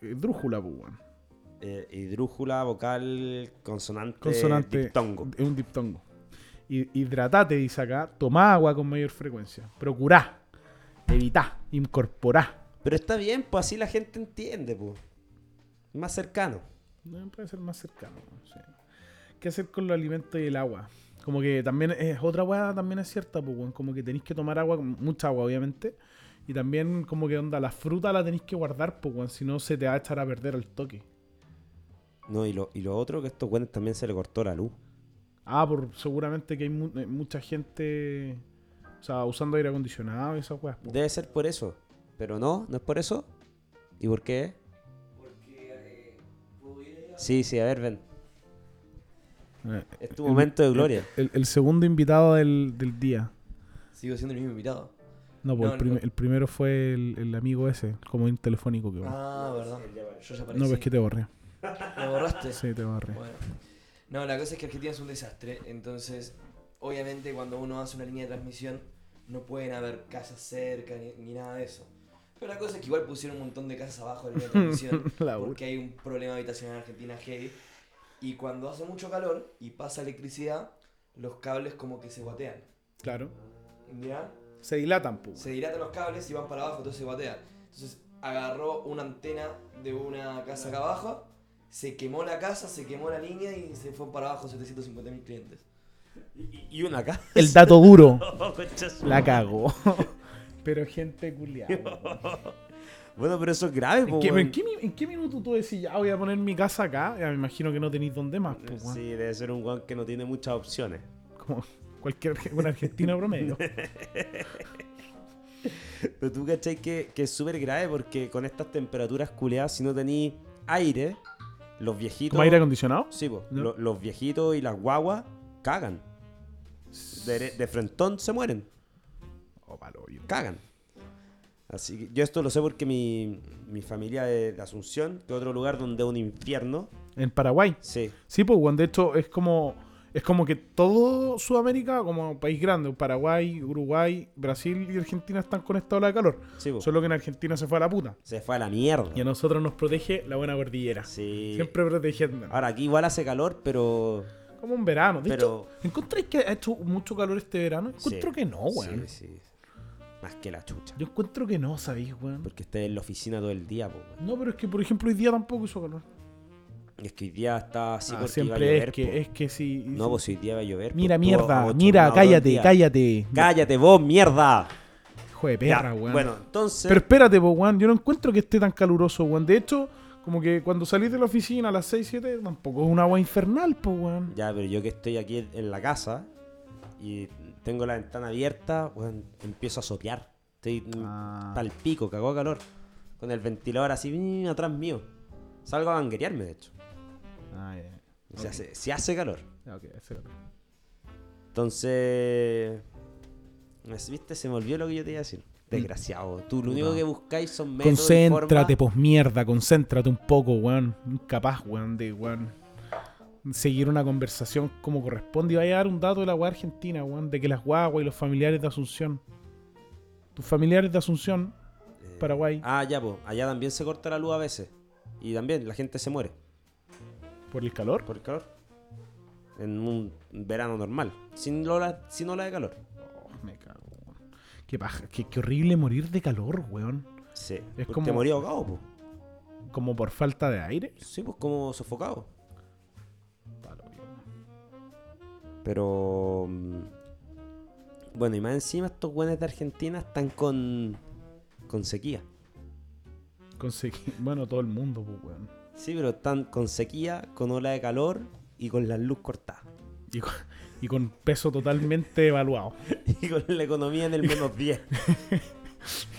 Speaker 1: eh, drújula, pues, weón.
Speaker 3: Eh, hidrújula, vocal, consonante,
Speaker 1: Consonante.
Speaker 3: diptongo.
Speaker 1: Es un diptongo. Hi- Hidratate, dice acá. Toma agua con mayor frecuencia. Procurá. Evitá. Incorporá.
Speaker 3: Pero está bien, pues así la gente entiende, pues. Más cercano.
Speaker 1: No, puede ser más cercano. weón, sí. ¿Qué hacer con los alimentos y el agua? Como que también es otra weá, también es cierta, pues, weón. Como que tenéis que tomar agua, mucha agua, obviamente. Y también, como que onda, la fruta la tenéis que guardar, pues, weón. Si no, se te va a echar a perder al toque.
Speaker 3: No, y lo, y lo otro que a estos güeyes también se le cortó la luz.
Speaker 1: Ah, por, seguramente que hay mu- eh, mucha gente, o sea, usando aire acondicionado y esas weas. po.
Speaker 3: Debe ser por eso. Pero no, no es por eso. ¿Y por qué? eh, Sí, sí, a ver, ven.
Speaker 1: Eh,
Speaker 3: Es tu momento de gloria.
Speaker 1: El, el segundo invitado del, del día.
Speaker 4: Sigo siendo el mismo invitado.
Speaker 1: No, pues
Speaker 4: No,
Speaker 1: el, prim-
Speaker 4: no.
Speaker 1: el primero fue el, el amigo ese, como un telefónico que hubo.
Speaker 4: Ah, verdad. Yo ya aparecí.
Speaker 1: No, pues que te borré.
Speaker 4: ¿Me borraste?
Speaker 1: Sí, te borré.
Speaker 4: Bueno. No, la cosa es que Argentina es un desastre. Entonces, obviamente, cuando uno hace una línea de transmisión, no pueden haber casas cerca ni, ni nada de eso. Pero la cosa es que igual pusieron un montón de casas abajo de la línea de transmisión.
Speaker 1: La u-
Speaker 4: porque hay un problema habitacional en Argentina heavy. Y cuando hace mucho calor y pasa electricidad, los cables como que se guatean.
Speaker 1: Claro.
Speaker 4: ¿Ya?
Speaker 1: Se dilatan, pues.
Speaker 4: se dilatan los cables y van para abajo, entonces se batea. Entonces agarró una antena de una casa acá abajo, se quemó la casa, se quemó la línea y se fue para abajo 750 mil clientes.
Speaker 3: Y una acá.
Speaker 1: El dato duro. La cagó. Pero gente culiada.
Speaker 3: Bueno, pero eso es grave, po,
Speaker 1: ¿En qué,
Speaker 3: weón.
Speaker 1: en qué mi- en qué minuto tú decís, ya voy a poner mi casa acá? Ya me imagino que no tenéis dónde más, pues, weón.
Speaker 3: Sí, debe ser un guan que no tiene muchas opciones.
Speaker 1: Como cualquier un argentino promedio.
Speaker 3: Pero tú cachai que, que es súper grave porque con estas temperaturas culeadas, si no tenís aire, los viejitos.
Speaker 1: ¿Como aire acondicionado?
Speaker 3: Sí, po,
Speaker 1: ¿No?
Speaker 3: lo- los viejitos y las guaguas cagan. De, de frentón se mueren.
Speaker 1: Oh, palo, hoyo.
Speaker 3: cagan. Así que yo esto lo sé porque mi, mi familia de, de Asunción, que otro lugar donde es un infierno,
Speaker 1: En Paraguay.
Speaker 3: sí,
Speaker 1: Sí, pues, weón, de hecho es como es como que todo Sudamérica, como país grande, Paraguay, Uruguay, Brasil y Argentina están con esta ola de calor.
Speaker 3: sí, po.
Speaker 1: Solo que en Argentina se fue a la puta.
Speaker 3: se fue a la mierda.
Speaker 1: Y a nosotros nos protege la buena cordillera.
Speaker 3: Sí.
Speaker 1: Siempre protegiendo.
Speaker 3: Ahora aquí igual hace calor, pero
Speaker 1: Como un verano. De
Speaker 3: Pero-
Speaker 1: hecho, ¿encontráis que ha hecho mucho calor este verano? Encuentro
Speaker 3: Sí.
Speaker 1: que no, weón.
Speaker 3: Sí, sí. Más que la chucha.
Speaker 1: Yo encuentro que no, ¿sabéis, weón?
Speaker 3: Porque esté en la oficina todo el día, po, weón.
Speaker 1: No, pero es que, por ejemplo, hoy día tampoco hizo calor.
Speaker 3: Y es que hoy día está así
Speaker 1: Ah,
Speaker 3: porque iba a
Speaker 1: siempre
Speaker 3: llover.
Speaker 1: es que,
Speaker 3: po.
Speaker 1: es que sí.
Speaker 3: No, pues hoy día iba a llover.
Speaker 1: mira,
Speaker 3: pues, estuvo
Speaker 1: mierda,
Speaker 3: abochornado
Speaker 1: mira,
Speaker 3: todo el
Speaker 1: cállate,
Speaker 3: día.
Speaker 1: cállate.
Speaker 3: Cállate vos, mierda.
Speaker 1: Hijo de
Speaker 3: Ya,
Speaker 1: perra, weón.
Speaker 3: Bueno, entonces.
Speaker 1: Pero espérate, po, weón. Yo no encuentro que esté tan caluroso, weón. De hecho, como que cuando salís de la oficina a las 6, 7, tampoco es un agua infernal, po, weón.
Speaker 3: Ya, pero yo que estoy aquí en la casa y tengo la ventana abierta, weón, empiezo a sopear. Estoy
Speaker 1: Ah.
Speaker 3: tal pico, cagó de calor. Con el ventilador así mm, atrás mío. Salgo a banguerearme, de hecho.
Speaker 1: Ah, ya.
Speaker 3: O sea, se, se hace calor.
Speaker 1: Ya, ok, ese era.
Speaker 3: Entonces. es- ¿Viste? Se me olvidó lo que yo te iba a decir. Desgraciado. Tú lo único que buscáis son métodos. y formas.
Speaker 1: Concéntrate, pues mierda, concéntrate un poco, weón. Incapaz, weón, de weón. Seguir una conversación como corresponde. Y vaya a dar un dato de la weá argentina, weón, de que las guaguas y los familiares de Asunción. Tus familiares de Asunción,
Speaker 3: Eh,
Speaker 1: Paraguay,
Speaker 3: Ah, ya, pues. Allá también se corta la luz a veces. Y también la gente se muere
Speaker 1: por el calor.
Speaker 3: por el calor. En un verano normal. Sin ola, sin ola de calor.
Speaker 1: Oh, me cago, weón. Qué paja, qué, qué horrible morir de calor, weón.
Speaker 3: Sí.
Speaker 1: Es
Speaker 3: Porque
Speaker 1: como-
Speaker 3: Te morí ahogado, pues.
Speaker 1: Como por falta de aire.
Speaker 3: Sí, pues como sofocado.
Speaker 1: Palo, weón.
Speaker 3: Pero. mm, Bueno, y más encima estos güenes de Argentina están con. con sequía.
Speaker 1: Conseguí, bueno, todo el mundo, pues, weón.
Speaker 3: Sí, pero están con sequía, con ola de calor y con la luz cortada.
Speaker 1: Y con, y con peso totalmente evaluado.
Speaker 3: Y con la economía en el menos 10.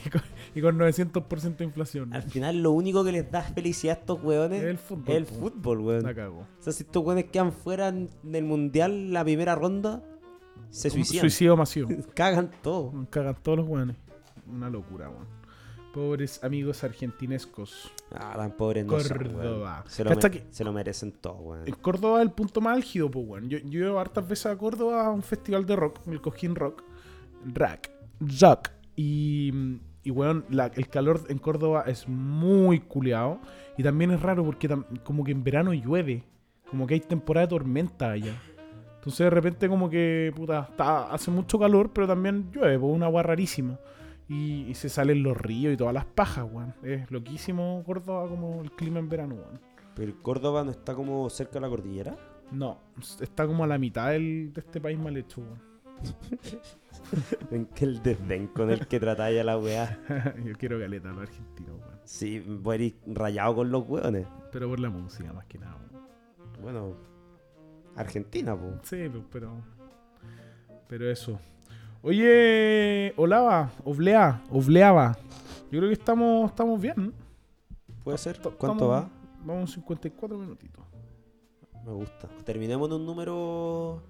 Speaker 1: Y con, y con 900% de inflación.
Speaker 3: Al final lo único que les da felicidad a estos weones
Speaker 1: Es el fútbol,
Speaker 3: es el
Speaker 1: po.
Speaker 3: fútbol, weón.
Speaker 1: La cago.
Speaker 3: O sea, si estos weones quedan fuera en- del mundial la primera ronda, se
Speaker 1: Un
Speaker 3: suicidan.
Speaker 1: Suicidio masivo.
Speaker 3: Cagan todo.
Speaker 1: Nos Cagan todos los weones. Una locura, weón. Pobres amigos argentinescos.
Speaker 3: Ah, tan pobres no son,
Speaker 1: Córdoba.
Speaker 3: weón. Se lo,
Speaker 1: Cacha
Speaker 3: mere-
Speaker 1: que- Eh.
Speaker 3: se lo merecen todo, weón.
Speaker 1: El Córdoba es el punto más álgido, pues, weón. Yo, yo llevo hartas veces a Córdoba a un festival de rock, el Cojín Rock. Rack. Rock. Y, y weón, la- el calor en Córdoba es muy culeado. Y también es raro porque tam- como que en verano llueve. Como que hay temporada de tormenta allá. Entonces de repente como que, puta, está- hace mucho calor, pero también llueve, pues, una agua rarísima. Y, y se salen los ríos y todas las pajas, weón. Es loquísimo Córdoba como el clima en verano, weón.
Speaker 3: Pero el Córdoba no está como cerca de la cordillera.
Speaker 1: No, está como a la mitad del- de este país mal hecho. weón.
Speaker 3: En que el desdén con el que tratáis a la weá.
Speaker 1: Yo quiero galeta, lo argentino, weón.
Speaker 3: Sí, voy a ir rayado con los weones.
Speaker 1: Pero por la música, más que nada. weón.
Speaker 3: Bueno, Argentina, po.
Speaker 1: Sí, pues, pero. Pero eso. Oye, Olava, Oblea, Obleaba. Yo creo que estamos, estamos bien.
Speaker 3: Puede ser.
Speaker 1: T- estamos-
Speaker 3: ¿Cuánto va?
Speaker 1: Vamos 54 minutitos.
Speaker 3: Me gusta. Terminemos en un número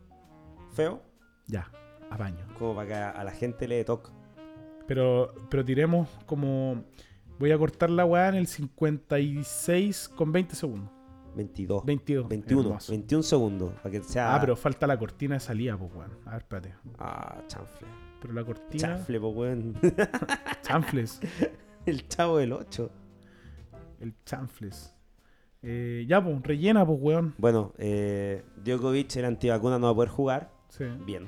Speaker 3: feo,
Speaker 1: Ya, a baño.
Speaker 3: como para que a la gente le toque.
Speaker 1: Pero, pero tiremos como. Voy a cortar la weá en el 56 con 20 segundos.
Speaker 3: 22.
Speaker 1: 22.
Speaker 3: 21.
Speaker 1: hermoso.
Speaker 3: 21 segundos. Para que sea.
Speaker 1: Ah, pero falta la cortina de salida, pues, weón. A ver, espérate.
Speaker 3: Ah, chanfle.
Speaker 1: Pero la cortina.
Speaker 3: Chanfle, po, weón.
Speaker 1: Chanfles.
Speaker 3: el chavo del 8.
Speaker 1: El chanfles. Eh, ya, pues, rellena, pues, weón.
Speaker 3: Bueno, eh, Djokovic, el antivacuna, no va a poder jugar.
Speaker 1: Sí.
Speaker 3: Bien.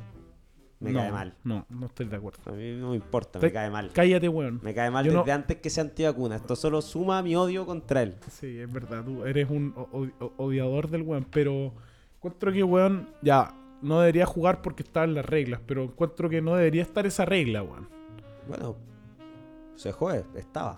Speaker 3: Me
Speaker 1: No,
Speaker 3: cae mal.
Speaker 1: No, no estoy de acuerdo.
Speaker 3: A mí no me importa,
Speaker 1: Te-
Speaker 3: me cae mal.
Speaker 1: Cállate, weón.
Speaker 3: Me cae mal
Speaker 1: Yo
Speaker 3: desde
Speaker 1: no-
Speaker 3: antes que sea antivacuna. Esto solo suma mi odio contra él.
Speaker 1: Sí, es verdad, tú eres un o- o- o- odiador del weón, pero encuentro que, weón, ya, no debería jugar porque está en las reglas, pero encuentro que no debería estar esa regla, weón.
Speaker 3: Bueno, se jode, estaba.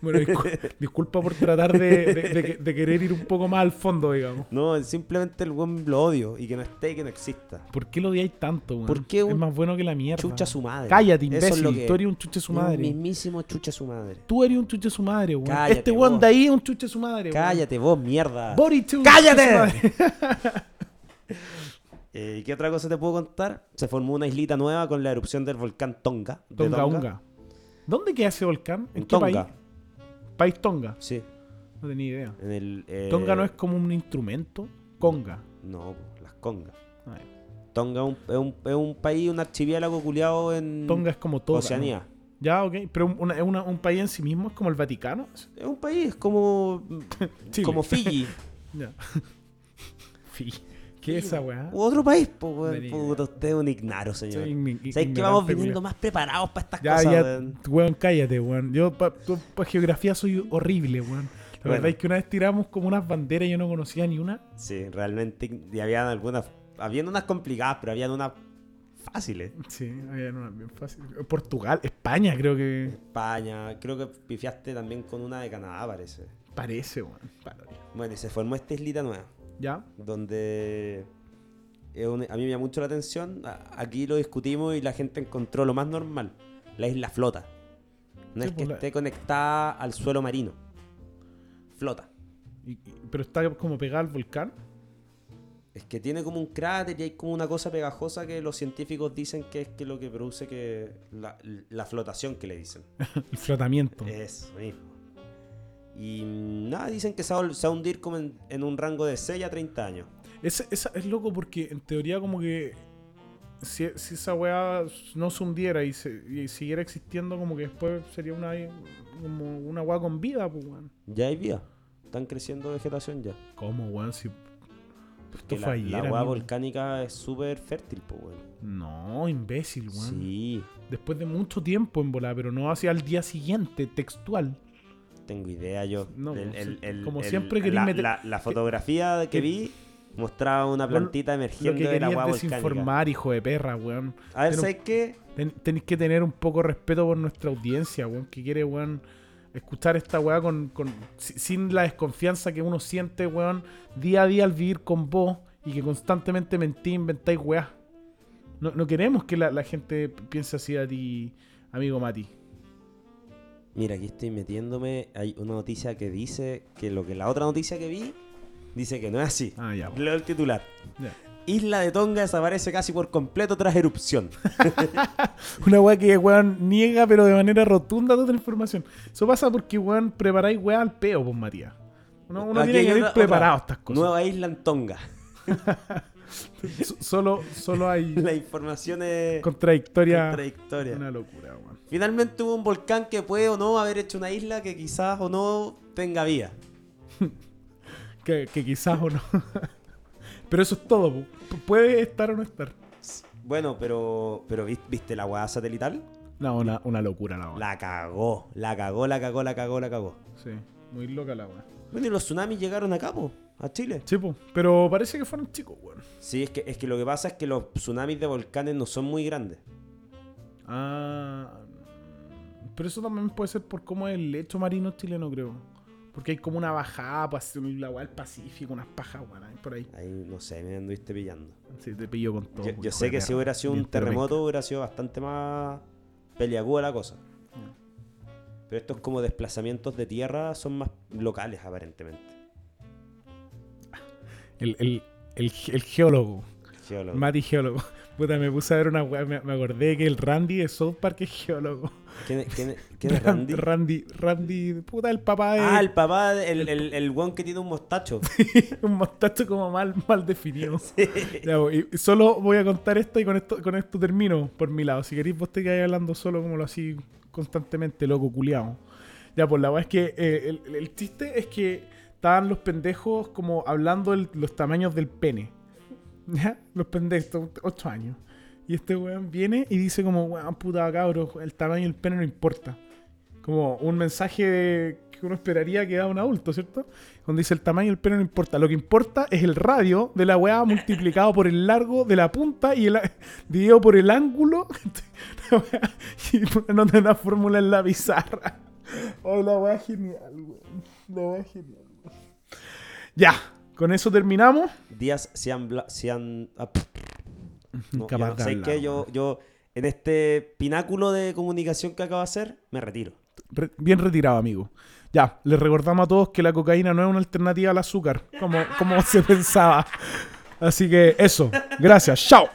Speaker 1: Bueno, discu- disculpa por tratar de, de- de que- de querer ir un poco más al fondo, digamos.
Speaker 3: No, simplemente el weón lo odio y que no esté y que no exista.
Speaker 1: ¿Por qué lo odiáis tanto, weón?
Speaker 3: ¿Por qué
Speaker 1: es
Speaker 3: un
Speaker 1: más bueno que la mierda.
Speaker 3: Chucha su madre.
Speaker 1: Cállate,
Speaker 3: Eso es
Speaker 1: imbécil.
Speaker 3: lo que
Speaker 1: Tú
Speaker 3: es.
Speaker 1: eres un chucha su
Speaker 3: Un
Speaker 1: madre.
Speaker 3: mismísimo chucha su madre.
Speaker 1: Tú eres un chucha su madre, weón.
Speaker 3: Cállate,
Speaker 1: este weón
Speaker 3: vos.
Speaker 1: de ahí es un chucha su madre, weón.
Speaker 3: Cállate vos, mierda.
Speaker 1: Boric es un
Speaker 3: ¡Cállate!
Speaker 1: chucha su madre.
Speaker 3: Eh, ¿Qué otra cosa te puedo contar? Se formó una islita nueva con la erupción del volcán Tonga. de
Speaker 1: Tonga, unga. ¿Dónde queda ese volcán? ¿En,
Speaker 3: En
Speaker 1: qué
Speaker 3: Tonga,
Speaker 1: país? País Tonga.
Speaker 3: sí.
Speaker 1: No tenía idea.
Speaker 3: En el, eh,
Speaker 1: Tonga no es como un instrumento. Conga.
Speaker 3: No, po, las congas.
Speaker 1: Ay,
Speaker 3: Tonga es un, es un- es un país, un archipiélago culiado en
Speaker 1: Tonga es como todo.
Speaker 3: mm, Oceanía.
Speaker 1: Ya, ok. Pero un- una- es una- un país en sí mismo es como el Vaticano.
Speaker 3: Es un país como,
Speaker 1: Chile.
Speaker 3: como Fiji.
Speaker 1: Ya. Fi. ¿Qué es esa weá?
Speaker 3: U otro país, po, weón.
Speaker 1: Tenía idea.
Speaker 3: Puta, usted es un ignaro, señor.
Speaker 1: Soy ign- ign-
Speaker 3: ¿Sabes que
Speaker 1: ignorante,
Speaker 3: vamos viniendo
Speaker 1: culiao.
Speaker 3: más preparados para estas
Speaker 1: Ya,
Speaker 3: cosas,
Speaker 1: ya,
Speaker 3: weón?
Speaker 1: weón, cállate, weón. Yo para geografía soy horrible, weón. La
Speaker 3: Bueno.
Speaker 1: verdad es que una vez tiramos como unas banderas y yo no conocía ni una.
Speaker 3: Sí, realmente y habían algunas. Habían unas complicadas, pero habían unas fáciles.
Speaker 1: Sí, había una bien fácil. Portugal, España creo que
Speaker 3: España, creo que pifiaste también con una de Canadá, parece.
Speaker 1: parece, weón.
Speaker 3: Bueno, y se formó esta islita nueva,
Speaker 1: ¿Ya?
Speaker 3: donde es un- a mí me llamó mucho la atención. a- Aquí lo discutimos y la gente encontró lo más normal: la isla flota. No
Speaker 1: Sí, pues,
Speaker 3: es que
Speaker 1: la-
Speaker 3: esté conectada al suelo marino. Flota.
Speaker 1: Y- y- pero está como pegada al volcán.
Speaker 3: Es que tiene como un cráter y hay como una cosa pegajosa que los científicos dicen que es que lo que produce que la, la flotación que le dicen.
Speaker 1: El flotamiento.
Speaker 3: Eso mismo. Y mm, nada, dicen que se va, a- se va a hundir como en, en un rango de 6 a 30 años.
Speaker 1: Ese- esa- es loco porque en teoría como que si, si esa weá no se hundiera y, se- y siguiera existiendo como que después sería una como una weá con vida, pues weón.
Speaker 3: Ya hay vida. Están creciendo vegetación ya.
Speaker 1: ¿Cómo, weón? Si esto
Speaker 3: Que
Speaker 1: fue
Speaker 3: la,
Speaker 1: ayer,
Speaker 3: la agua
Speaker 1: amigo.
Speaker 3: volcánica es súper fértil, pues, weón.
Speaker 1: No, imbécil, weón.
Speaker 3: Sí,
Speaker 1: Después de mucho tiempo en volar, pero no hacia el día siguiente, textual.
Speaker 3: tengo idea yo.
Speaker 1: No,
Speaker 3: El-
Speaker 1: sí,
Speaker 3: el- el-
Speaker 1: como
Speaker 3: el-
Speaker 1: siempre querís
Speaker 3: la,
Speaker 1: meter-
Speaker 3: la- la fotografía que,
Speaker 1: que-
Speaker 3: vi mostraba una
Speaker 1: Vos lo-
Speaker 3: plantita
Speaker 1: Lo que
Speaker 3: emergiendo de la
Speaker 1: querías
Speaker 3: agua volcánica.
Speaker 1: desinformar, hijo de perra, weón.
Speaker 3: A ver,
Speaker 1: Pero-
Speaker 3: ¿sabes qué?
Speaker 1: Ten- tenéis que tener un poco de respeto por nuestra audiencia, weón, que quiere, weón, escuchar esta weá con, con- si- sin la desconfianza que uno siente, weón, día a día al vivir con vos y que constantemente mentís, inventáis weá. No, no queremos que la, la gente piense así a ti, amigo Mati.
Speaker 3: Mira, aquí estoy metiéndome. Hay una noticia que dice que lo que la otra noticia que vi dice que no es así.
Speaker 1: Ah, ya, pues.
Speaker 3: Leo el titular.
Speaker 1: Ya.
Speaker 3: Isla de Tonga desaparece casi por completo tras erupción.
Speaker 1: Una weá que, weón, niega, pero de manera rotunda toda la información. Eso pasa porque, weón, preparáis weá al peo, pues, Matías. Uno, uno
Speaker 3: Aquí
Speaker 1: tiene
Speaker 3: hay
Speaker 1: que ir
Speaker 3: otra-
Speaker 1: preparado a
Speaker 3: otra.
Speaker 1: estas cosas.
Speaker 3: Nueva isla en Tonga.
Speaker 1: So- Solo, solo hay
Speaker 3: La información es
Speaker 1: contradictoria.
Speaker 3: contradictoria.
Speaker 1: Una locura, weón.
Speaker 3: Finalmente hubo un volcán que puede o no haber hecho una isla que quizás o no tenga vía.
Speaker 1: Que, que quizás o no. Pero eso es todo. pu- pu- Puede estar o no estar.
Speaker 3: Bueno, pero, pero ¿vis- ¿viste la hueá satelital?
Speaker 1: No, una, una locura la weá.
Speaker 3: La cagó, la cagó, la cagó, la cagó, la cagó.
Speaker 1: Sí, muy loca la weá.
Speaker 3: Bueno, y los tsunamis llegaron acá, po, a Chile.
Speaker 1: Sí, pu, pero parece que fueron chicos, weón.
Speaker 3: Sí, es que, es que lo que pasa es que los tsunamis de volcanes no son muy grandes.
Speaker 1: Ah. mm, Pero eso también puede ser por cómo es el lecho marino chileno, creo. Porque hay como una bajada, pas- la weá del Pacífico, unas pajas, weón, ahí por ahí.
Speaker 3: Ahí no sé, me anduviste pillando.
Speaker 1: Sí, te pillo con todo.
Speaker 3: Yo,
Speaker 1: pu,
Speaker 3: yo
Speaker 1: hijo
Speaker 3: sé
Speaker 1: de
Speaker 3: que
Speaker 1: perra.
Speaker 3: si hubiera sido un
Speaker 1: Bien, te
Speaker 3: terremoto hubiera sido bastante más peliaguda la cosa. Pero estos como desplazamientos de tierra son más locales aparentemente.
Speaker 1: El, el, el, ge- el geólogo.
Speaker 3: Geólogo.
Speaker 1: Mati geólogo. Puta, me puse a ver una weá. Me, me acordé que el Randy de South Park es geólogo.
Speaker 3: ¿Quién, es- quién es- quién es Randy?
Speaker 1: Randy, Randy, puta, el papá de
Speaker 3: Ah, el papá, de- el, el, el weón que tiene un mostacho.
Speaker 1: un mostacho como mal, mal definido. Ya, bo, y- y solo voy a contar esto y con esto, con esto termino por mi lado. Si queréis, vos te quedáis hablando solo como lo así constantemente, loco, culiao. Ya, pues la verdad es que eh, el, el chiste es que estaban los pendejos como hablando el- los tamaños del pene. ¿Ya? Los pendejos, 8 años. Y este weón viene y dice como, weón, puta cabro, el tamaño del pene no importa. Como un mensaje de- que uno esperaría que da un adulto, ¿cierto? Donde dice el tamaño del pene no importa. Lo que importa es el radio de la weá multiplicado por el largo de la punta y el a- dividido por el ángulo. La weá- y no una fórmula en la bizarra. Oh, la weá genial, weón. La weá genial. weón. Ya, con eso terminamos.
Speaker 3: Díaz se han... bla- se han- ah, pff. No, yo
Speaker 1: Capaz
Speaker 3: no,
Speaker 1: de
Speaker 3: ¿sabes
Speaker 1: hablar,
Speaker 3: qué? Yo, yo, en este pináculo de comunicación que acabo de hacer, me retiro.
Speaker 1: Re- bien retirado, amigo. Ya, les recordamos a todos que la cocaína no es una alternativa al azúcar, como, como se pensaba. Así que eso. Gracias. Chao.